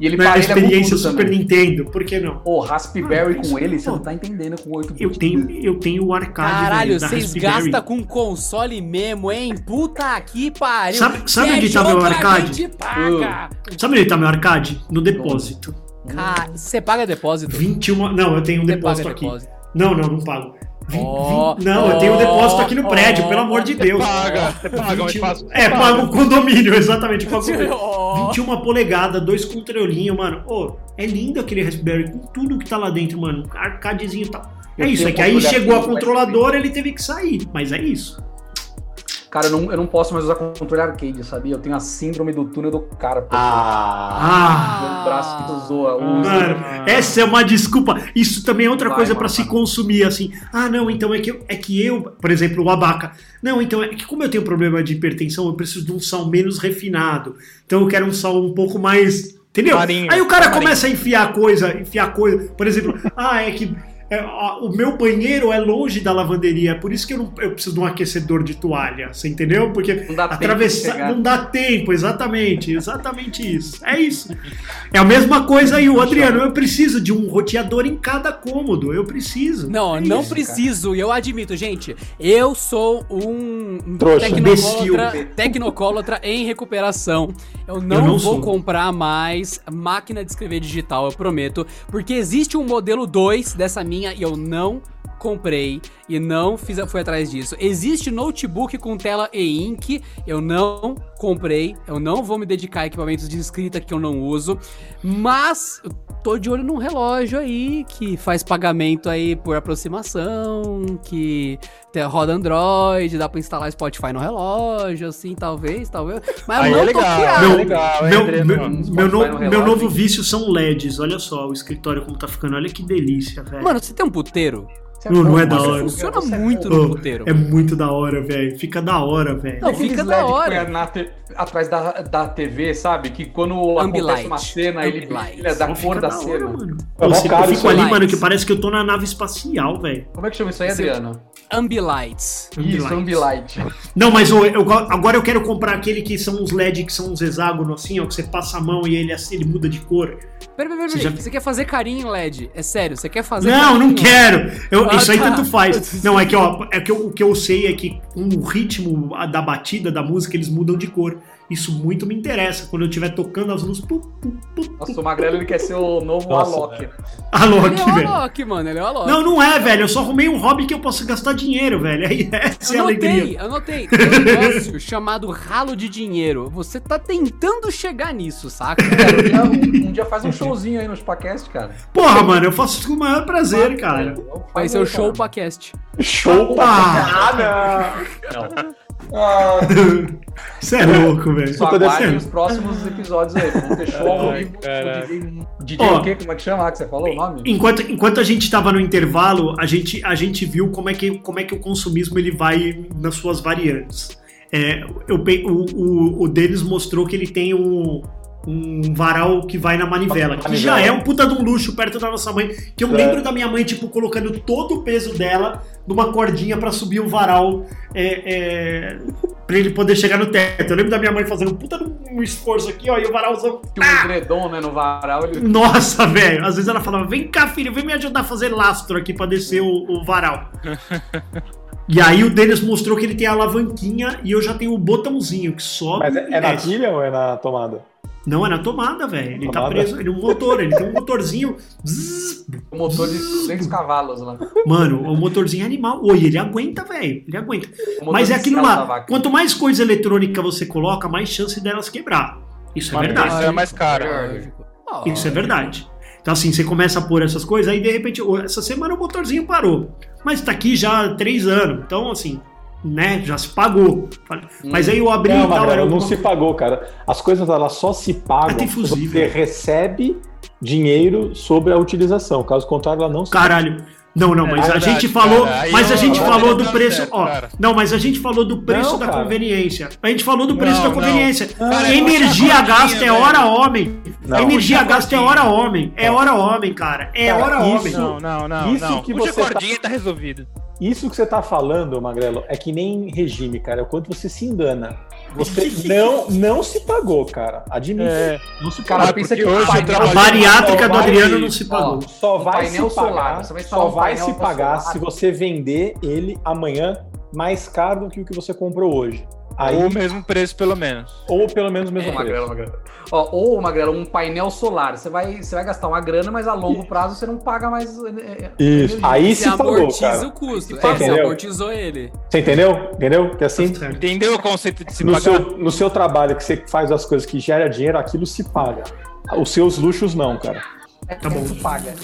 E ele Na parelha com experiência tudo Super também. Nintendo, por que não? Pô, Raspberry Mano, com ele, você isso- não tá entendendo com 8 Eu tenho, eu tenho o arcade. Caralho, velho, da vocês Raspberry. gastam com console mesmo, hein? Puta que pariu. Sabe- sabe Quer onde tá meu jogo, a arcade? gente Hum. paga. Sabe onde tá meu arcade? No depósito. Ca- Você paga depósito? 21. Não, eu tenho um Você depósito paga aqui. depósito. Oh, Não, não, não pago. Vim- Ó, vim- não, eu tenho um ó, depósito aqui no prédio, ó, pelo amor de Deus. Paga, você paga, mas 21 fácil. É, pago o condomínio, *laughs* exatamente. Pago o condomínio. Ó. 21 polegada, dois controlinhos, mano. Ô, é lindo aquele Raspberry com tudo que tá lá dentro, mano. Arcadezinho e tal. Eu É isso, tenho é que aí controle chegou a arcade, controladora, ele teve que sair. Mas é isso. Cara, eu não, eu não posso mais usar controle arcade, sabia? Eu tenho a síndrome do túnel do cara, pô. Ah. Ah. Meu braço que zoa. o- Mano, essa é uma desculpa. Isso também é outra Vai, coisa mano, pra se vai. consumir, assim. Ah, não, então é que, eu, é que eu, por exemplo, o abaca. Não, então é que como eu tenho problema de hipertensão, eu preciso de um sal menos refinado. Então eu quero um sal um pouco mais. Entendeu? Marinho, Aí o cara começa a enfiar coisa, enfiar coisa. Por exemplo, *laughs* ah, é que. é, é, a- o meu banheiro é longe da lavanderia, é por isso que eu, não- eu preciso de um aquecedor de toalha, você entendeu? Porque Não dá tempo de atravessar chegar. não dá tempo, exatamente, exatamente isso. É isso. É a mesma coisa aí, o Adriano, eu preciso de um roteador em cada cômodo, eu preciso. É *laughs* Não, não isso, preciso, e eu admito, gente. Eu sou um Trouxa. tecnocólatra, tecnocólatra em recuperação. Eu não, não vou sou. comprar mais máquina de escrever digital, eu prometo. Porque existe um modelo 2 dessa minha e eu não comprei e não fiz, fui atrás disso. Existe notebook com tela e ink, eu não comprei, eu não vou me dedicar a equipamentos de escrita que eu não uso, mas eu tô de olho num relógio aí que faz pagamento aí por aproximação, que te- roda Android, dá pra instalar Spotify no relógio, assim, talvez, talvez. Mas Aí eu Ah, não é tô legal, pirado. é legal, hein, meu, Adriano? meu, meu, no- Spotify no meu relógio. novo vício são LEDs, olha só o escritório como tá ficando, olha que delícia, velho. Mano, você tem um puteiro? Você Não, não é da burro, hora. você é Funciona burro, você é muito burro. no Ô, puteiro. É muito da hora, velho. Fica da hora, velho. Não, Aqueles fica da LED que hora. põe na te- atrás da, da TV, sabe? Que quando acontece Ambilight. uma cena, ele Ambilight. brilha da Não, cor fica da hora, cena. mano. É Pô, mó se- caro eu isso fico ali, aí. mano, que parece que eu tô na nave espacial, velho. Como é que chama isso aí, Esse- Adriano? Ambilights. Isso, Ambilight. Não, mas ô, eu go- agora eu quero comprar aquele que são uns LED que são uns hexágonos assim, ó, que você passa a mão e ele, assim, ele muda de cor. Pera, pera, pera, Você pera. já- Você quer fazer carinho em LED? É sério, você quer fazer Não, carinho? não quero. Eu- Ah, isso aí tá. tanto *laughs* faz. Não, é que, ó, é que eu- o que eu sei é que com o ritmo a- da batida da música eles mudam de cor. Isso muito me interessa. Quando eu estiver tocando as luzes. Pu, pu, pu, pu. Nossa, o Magrelo ele quer ser o novo Nossa, Alok. Alô, Ele aqui, é o velho. Alok, mano, ele é o Alok. Não, não é, velho. Eu só arrumei um hobby que eu posso gastar dinheiro, velho. Aí *laughs* essa é a eu notei, alegria. eu notei. Tem um negócio *laughs* chamado ralo de dinheiro. Você tá tentando chegar *laughs* nisso, saca? Cara, um, dia, um- um dia faz um showzinho aí no Spacast, cara. Porra, mano, eu faço isso com o maior prazer, cara. Vai ser é o show podcast. Show *laughs* Ah, parada! você é louco, velho. Ah, Só Isso deve aguardem ser. os próximos episódios aí. Vamos ter show ao Ai, vivo. caraca. o DJ, DJ Ó. o quê? Como é que chama lá que você falou o nome? Enquanto, enquanto a gente tava no intervalo, a gente, a gente viu como é, que, como é que o consumismo ele vai nas suas variantes. É, eu, pe- o, o, o Denis mostrou que ele tem um, um varal que vai na manivela, que já é um puta de um luxo perto da nossa mãe. Que eu É. lembro da minha mãe, tipo, colocando todo o peso dela numa cordinha pra subir o varal é, é, pra ele poder chegar no teto. Eu lembro da minha mãe fazendo um puta de um esforço aqui, ó, e o varalzão Que o edredom, né, no varal. Ele... nossa, velho. Às vezes ela falava: vem cá, filho, vem me ajudar a fazer lastro aqui pra descer o, o varal. e aí o Denis mostrou que ele tem a alavanquinha e eu já tenho o botãozinho que sobe. Mas é, e é na desce. pilha ou é na tomada? Não, é na tomada, velho. Ele tá Tomada? preso. Ele é um motor, ele tem um motorzinho. Zzz. O um motor de 200 cavalos lá. Mano, é um motorzinho é animal. Oi, ele aguenta, velho. Ele aguenta. O Um motor Mas é de aquilo escala da lá: vaca. quanto mais coisa eletrônica você coloca, mais chance delas quebrar. Isso é Mas verdade. isso é mais caro. Lógico. Ó, Isso é verdade. Então, assim, você começa a pôr essas coisas, aí de repente, ô, essa semana o motorzinho parou. Mas tá aqui já há três anos. Então, assim, né? Já se pagou. Mas Hum. aí eu abri Não, e tal. Magrelo, era não um- se pagou, cara. As coisas elas só se Ah, tem pagam. fusível. Você recebe dinheiro sobre a utilização. Caso contrário, ela não se Caralho. Não, não, mas É verdade, a gente falou. cara. Aí Mas a eu- gente eu falou vou do dar preço. certo, Ó, cara. não, mas a gente falou do preço Não, da cara. conveniência. A gente falou do preço Não, da não. conveniência. Cara, é energia uma gasta é velho. hora homem. Não. a energia Puxa gasta é cordinha. hora homem. É hora homem, cara. É Cara, hora isso- homem. Não, não, não. Isso não. que Puxa você a cordinha e tá resolvido. Isso que você tá falando, Magrelo, é que nem regime, cara. É o quanto você se engana. *laughs* Você não, não se pagou, cara. Admite. É. Não se Cara, pagou. pensa porque que o hoje eu painel- A trabalho- bariátrica Só do vai- Adriano não se pagou. Tá Só Um vai se painel pagar, solar, você vai instalar só um vai painel se pagar solar. se você vender ele amanhã mais caro do que o que você comprou hoje. Aí, Ou o mesmo preço, pelo menos. ou pelo menos o mesmo Ô, preço. Magrelo, Magrelo. Ó, ou, Magrelo, um painel solar. Você vai, você vai gastar uma grana, mas a longo prazo você não paga mais. é, é, Isso. energia. Aí Você se pagou, amortiza cara. o Você custo. É, você entendeu? amortizou ele. Você entendeu? Entendeu? Que assim, Certo. Entendeu o conceito de se no pagar? seu, no seu trabalho que você faz as coisas que gera dinheiro, aquilo se paga. Os seus luxos não, cara. Tá bom. Isso é, paga.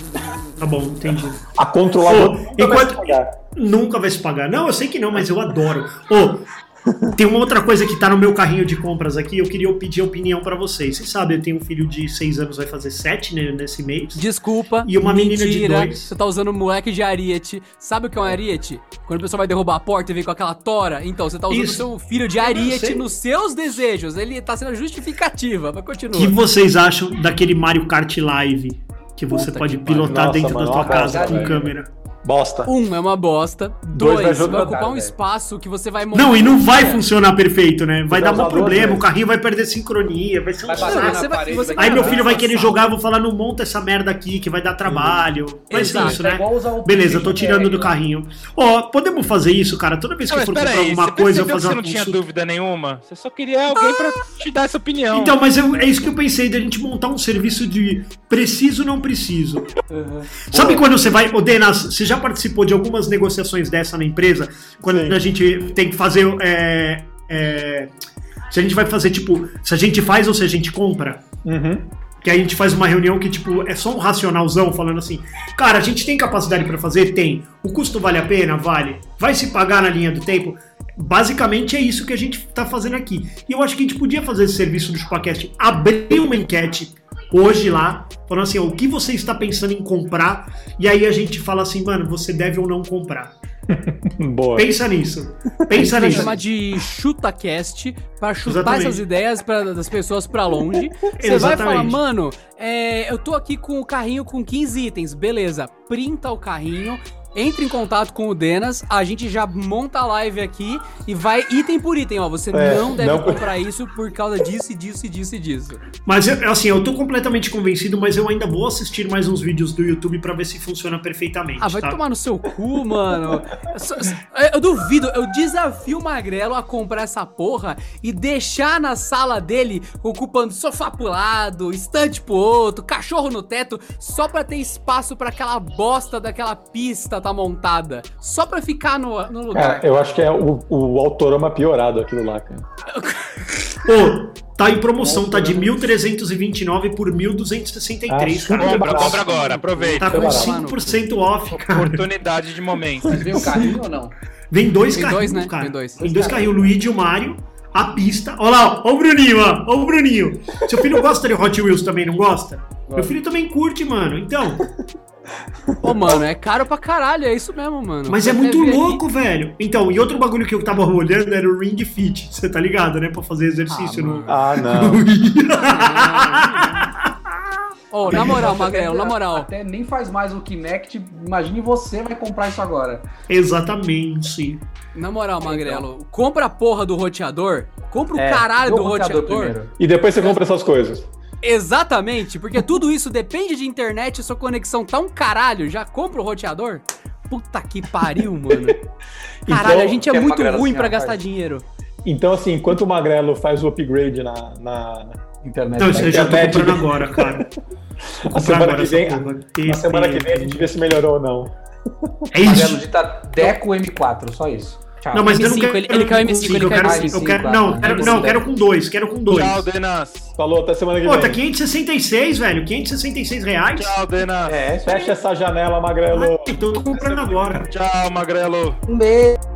Tá bom, entendi. A controladora Ô, nunca vai enquanto- se pagar. Nunca vai se pagar. Não, eu sei que não, mas eu adoro. Ô, tem uma outra coisa que tá no meu carrinho de compras aqui, eu queria pedir opinião pra vocês. Vocês sabem, eu tenho um filho de 6 anos, vai fazer 7 nesse mês. Desculpa. E uma menina de mentira, dois. Você tá usando moleque de ariete. Sabe o que é um ariete? Quando o pessoal vai derrubar a porta e vem com aquela tora. Então, você tá usando o Isso. seu filho de Eu sei. ariete nos seus desejos. Ele tá sendo a justificativa. Mas O que continua. vocês acham daquele Mario Kart Live? Que você Puta pode que pilotar pariu. dentro Nossa, da sua mano, casa nossa, com velho. câmera. Bosta. Um, é uma bosta. Dois, Dois, vai vai, jogar, ocupar um velho. espaço que você vai Não, e não vai É. funcionar perfeito, né? Vai Dá dar um um valor, problema, né? o carrinho vai perder sincronia, vai ser um Vai saco. bater na você vai- parede, você- vai Aí meu quebrar. filho vai querer jogar, eu vou falar, não monta essa merda aqui que vai dar trabalho. Vai ser Exato. isso, É né? igual usar o Beleza, eu tô PRO: tirando do PR. carrinho. Ó, podemos fazer isso, cara? Toda vez que eu mas for comprar peraí, alguma você coisa, percebeu eu que fazer você uma não tinha consulta. dúvida nenhuma? Você só queria alguém pra te dar essa opinião. Então, mas eu- é isso que eu pensei, da gente montar um serviço de preciso, não preciso. Uhum. Sabe quando você vai. Ô, Denas, você já participou de algumas negociações dessa na empresa? Quando Sim. a gente tem que fazer. é, é, se a gente vai fazer, tipo, se a gente faz ou se a gente compra? Uhum. Que a gente faz uma reunião que, tipo, é só um racionalzão falando assim, cara, a gente tem capacidade pra fazer? Tem. O custo vale a pena? Vale. Vai se pagar na linha do tempo? Basicamente é isso que a gente tá fazendo aqui. E eu acho que a gente podia fazer esse serviço do Chupacast, abrir uma enquete hoje lá, falando assim, ó, o que você está pensando em comprar? E aí a gente fala assim, mano, você deve ou não comprar. Boa. Pensa nisso. Pensa *laughs* Vai nisso. chamar de ChutaCast pra chutar Exatamente. essas ideias pra, das pessoas pra longe. *laughs* Você vai Exatamente. falar, mano, é, eu tô aqui com o carrinho com 15 itens, beleza. Printa o carrinho, entre em contato com o Denas, a gente já monta a live aqui e vai item por item, ó. Você É, não deve não- comprar isso por causa disso, e disso, e disso e disso. Mas eu- assim, eu tô completamente convencido, mas eu ainda vou assistir mais uns vídeos do YouTube pra ver se funciona perfeitamente. Ah, vai tá? tomar no seu cu, mano. Só- só- Eu duvido, eu desafio o Magrelo a comprar essa porra e deixar na sala dele ocupando sofá pro lado, estante pro outro, cachorro no teto, só pra ter espaço pra aquela bosta daquela pista tá montada. Só pra ficar no, no lugar. Cara, eu acho que é o, o Autorama piorado aquilo lá, cara. Pô, tá em promoção, tá de 1.329 por 1.263, Ah, cara. compra, barato. compra agora, aproveita. Tá com barato. 5% off, cara. Oportunidade de momento. Vocês veem o carrinho ou não? Vem dois Tem carrinhos, dois, né? cara. Tem dois. Tem dois carrinhos, o Luigi e o Mario, a pista. Olha lá, ó, ó o Bruninho, ó, ó o Bruninho. Seu filho gosta de Hot Wheels também, não gosta? Meu filho também curte, mano. Então, Ô, mano, é caro pra caralho, é isso mesmo, mano. Mas é Você muito vê ali- louco, velho. Então, e outro bagulho que eu tava olhando era o Ring Fit. Você tá ligado, né? Pra fazer exercício Ah, no. mano. Ah, não. Ô, na moral, Magrelo, na moral. Até nem faz mais o Kinect. Imagine você vai comprar isso agora. *laughs* Exatamente. Na moral, Magrelo, compra a porra do roteador, compra o caralho dê o do roteador. É, primeiro. *laughs* E depois você compra essas coisas. Exatamente, porque tudo isso depende de internet, sua conexão tá um caralho, já compra o roteador? Puta que pariu, mano. Caralho, Então, a gente é que é muito magrela ruim assim, pra ó, gastar faz. dinheiro. Então, assim, enquanto o Magrelo faz o upgrade na, na, Internet. Então, isso né? eu já tô internet, comprando né? *laughs* agora, cara. Vou na comprar semana agora que essa vem. porra. Na semana que vem a gente vê se melhorou ou não. É Magrelo isso. digita Deco M4, só isso. Tchau. Não, mas eu não M5, quero. ele- ele quer o M5, ele eu quer quero, o M5, eu quero- claro. Não, eu quero, não, eu quero com dois, quero com dois. Tchau, Denas. Falou, até semana que Pô, vem. tá 566, velho. 566 reais? Tchau, Denas. É, isso aí. Fecha essa janela, Magrelo. Ah, então eu tô comprando agora. Tchau, Magrelo. Um beijo.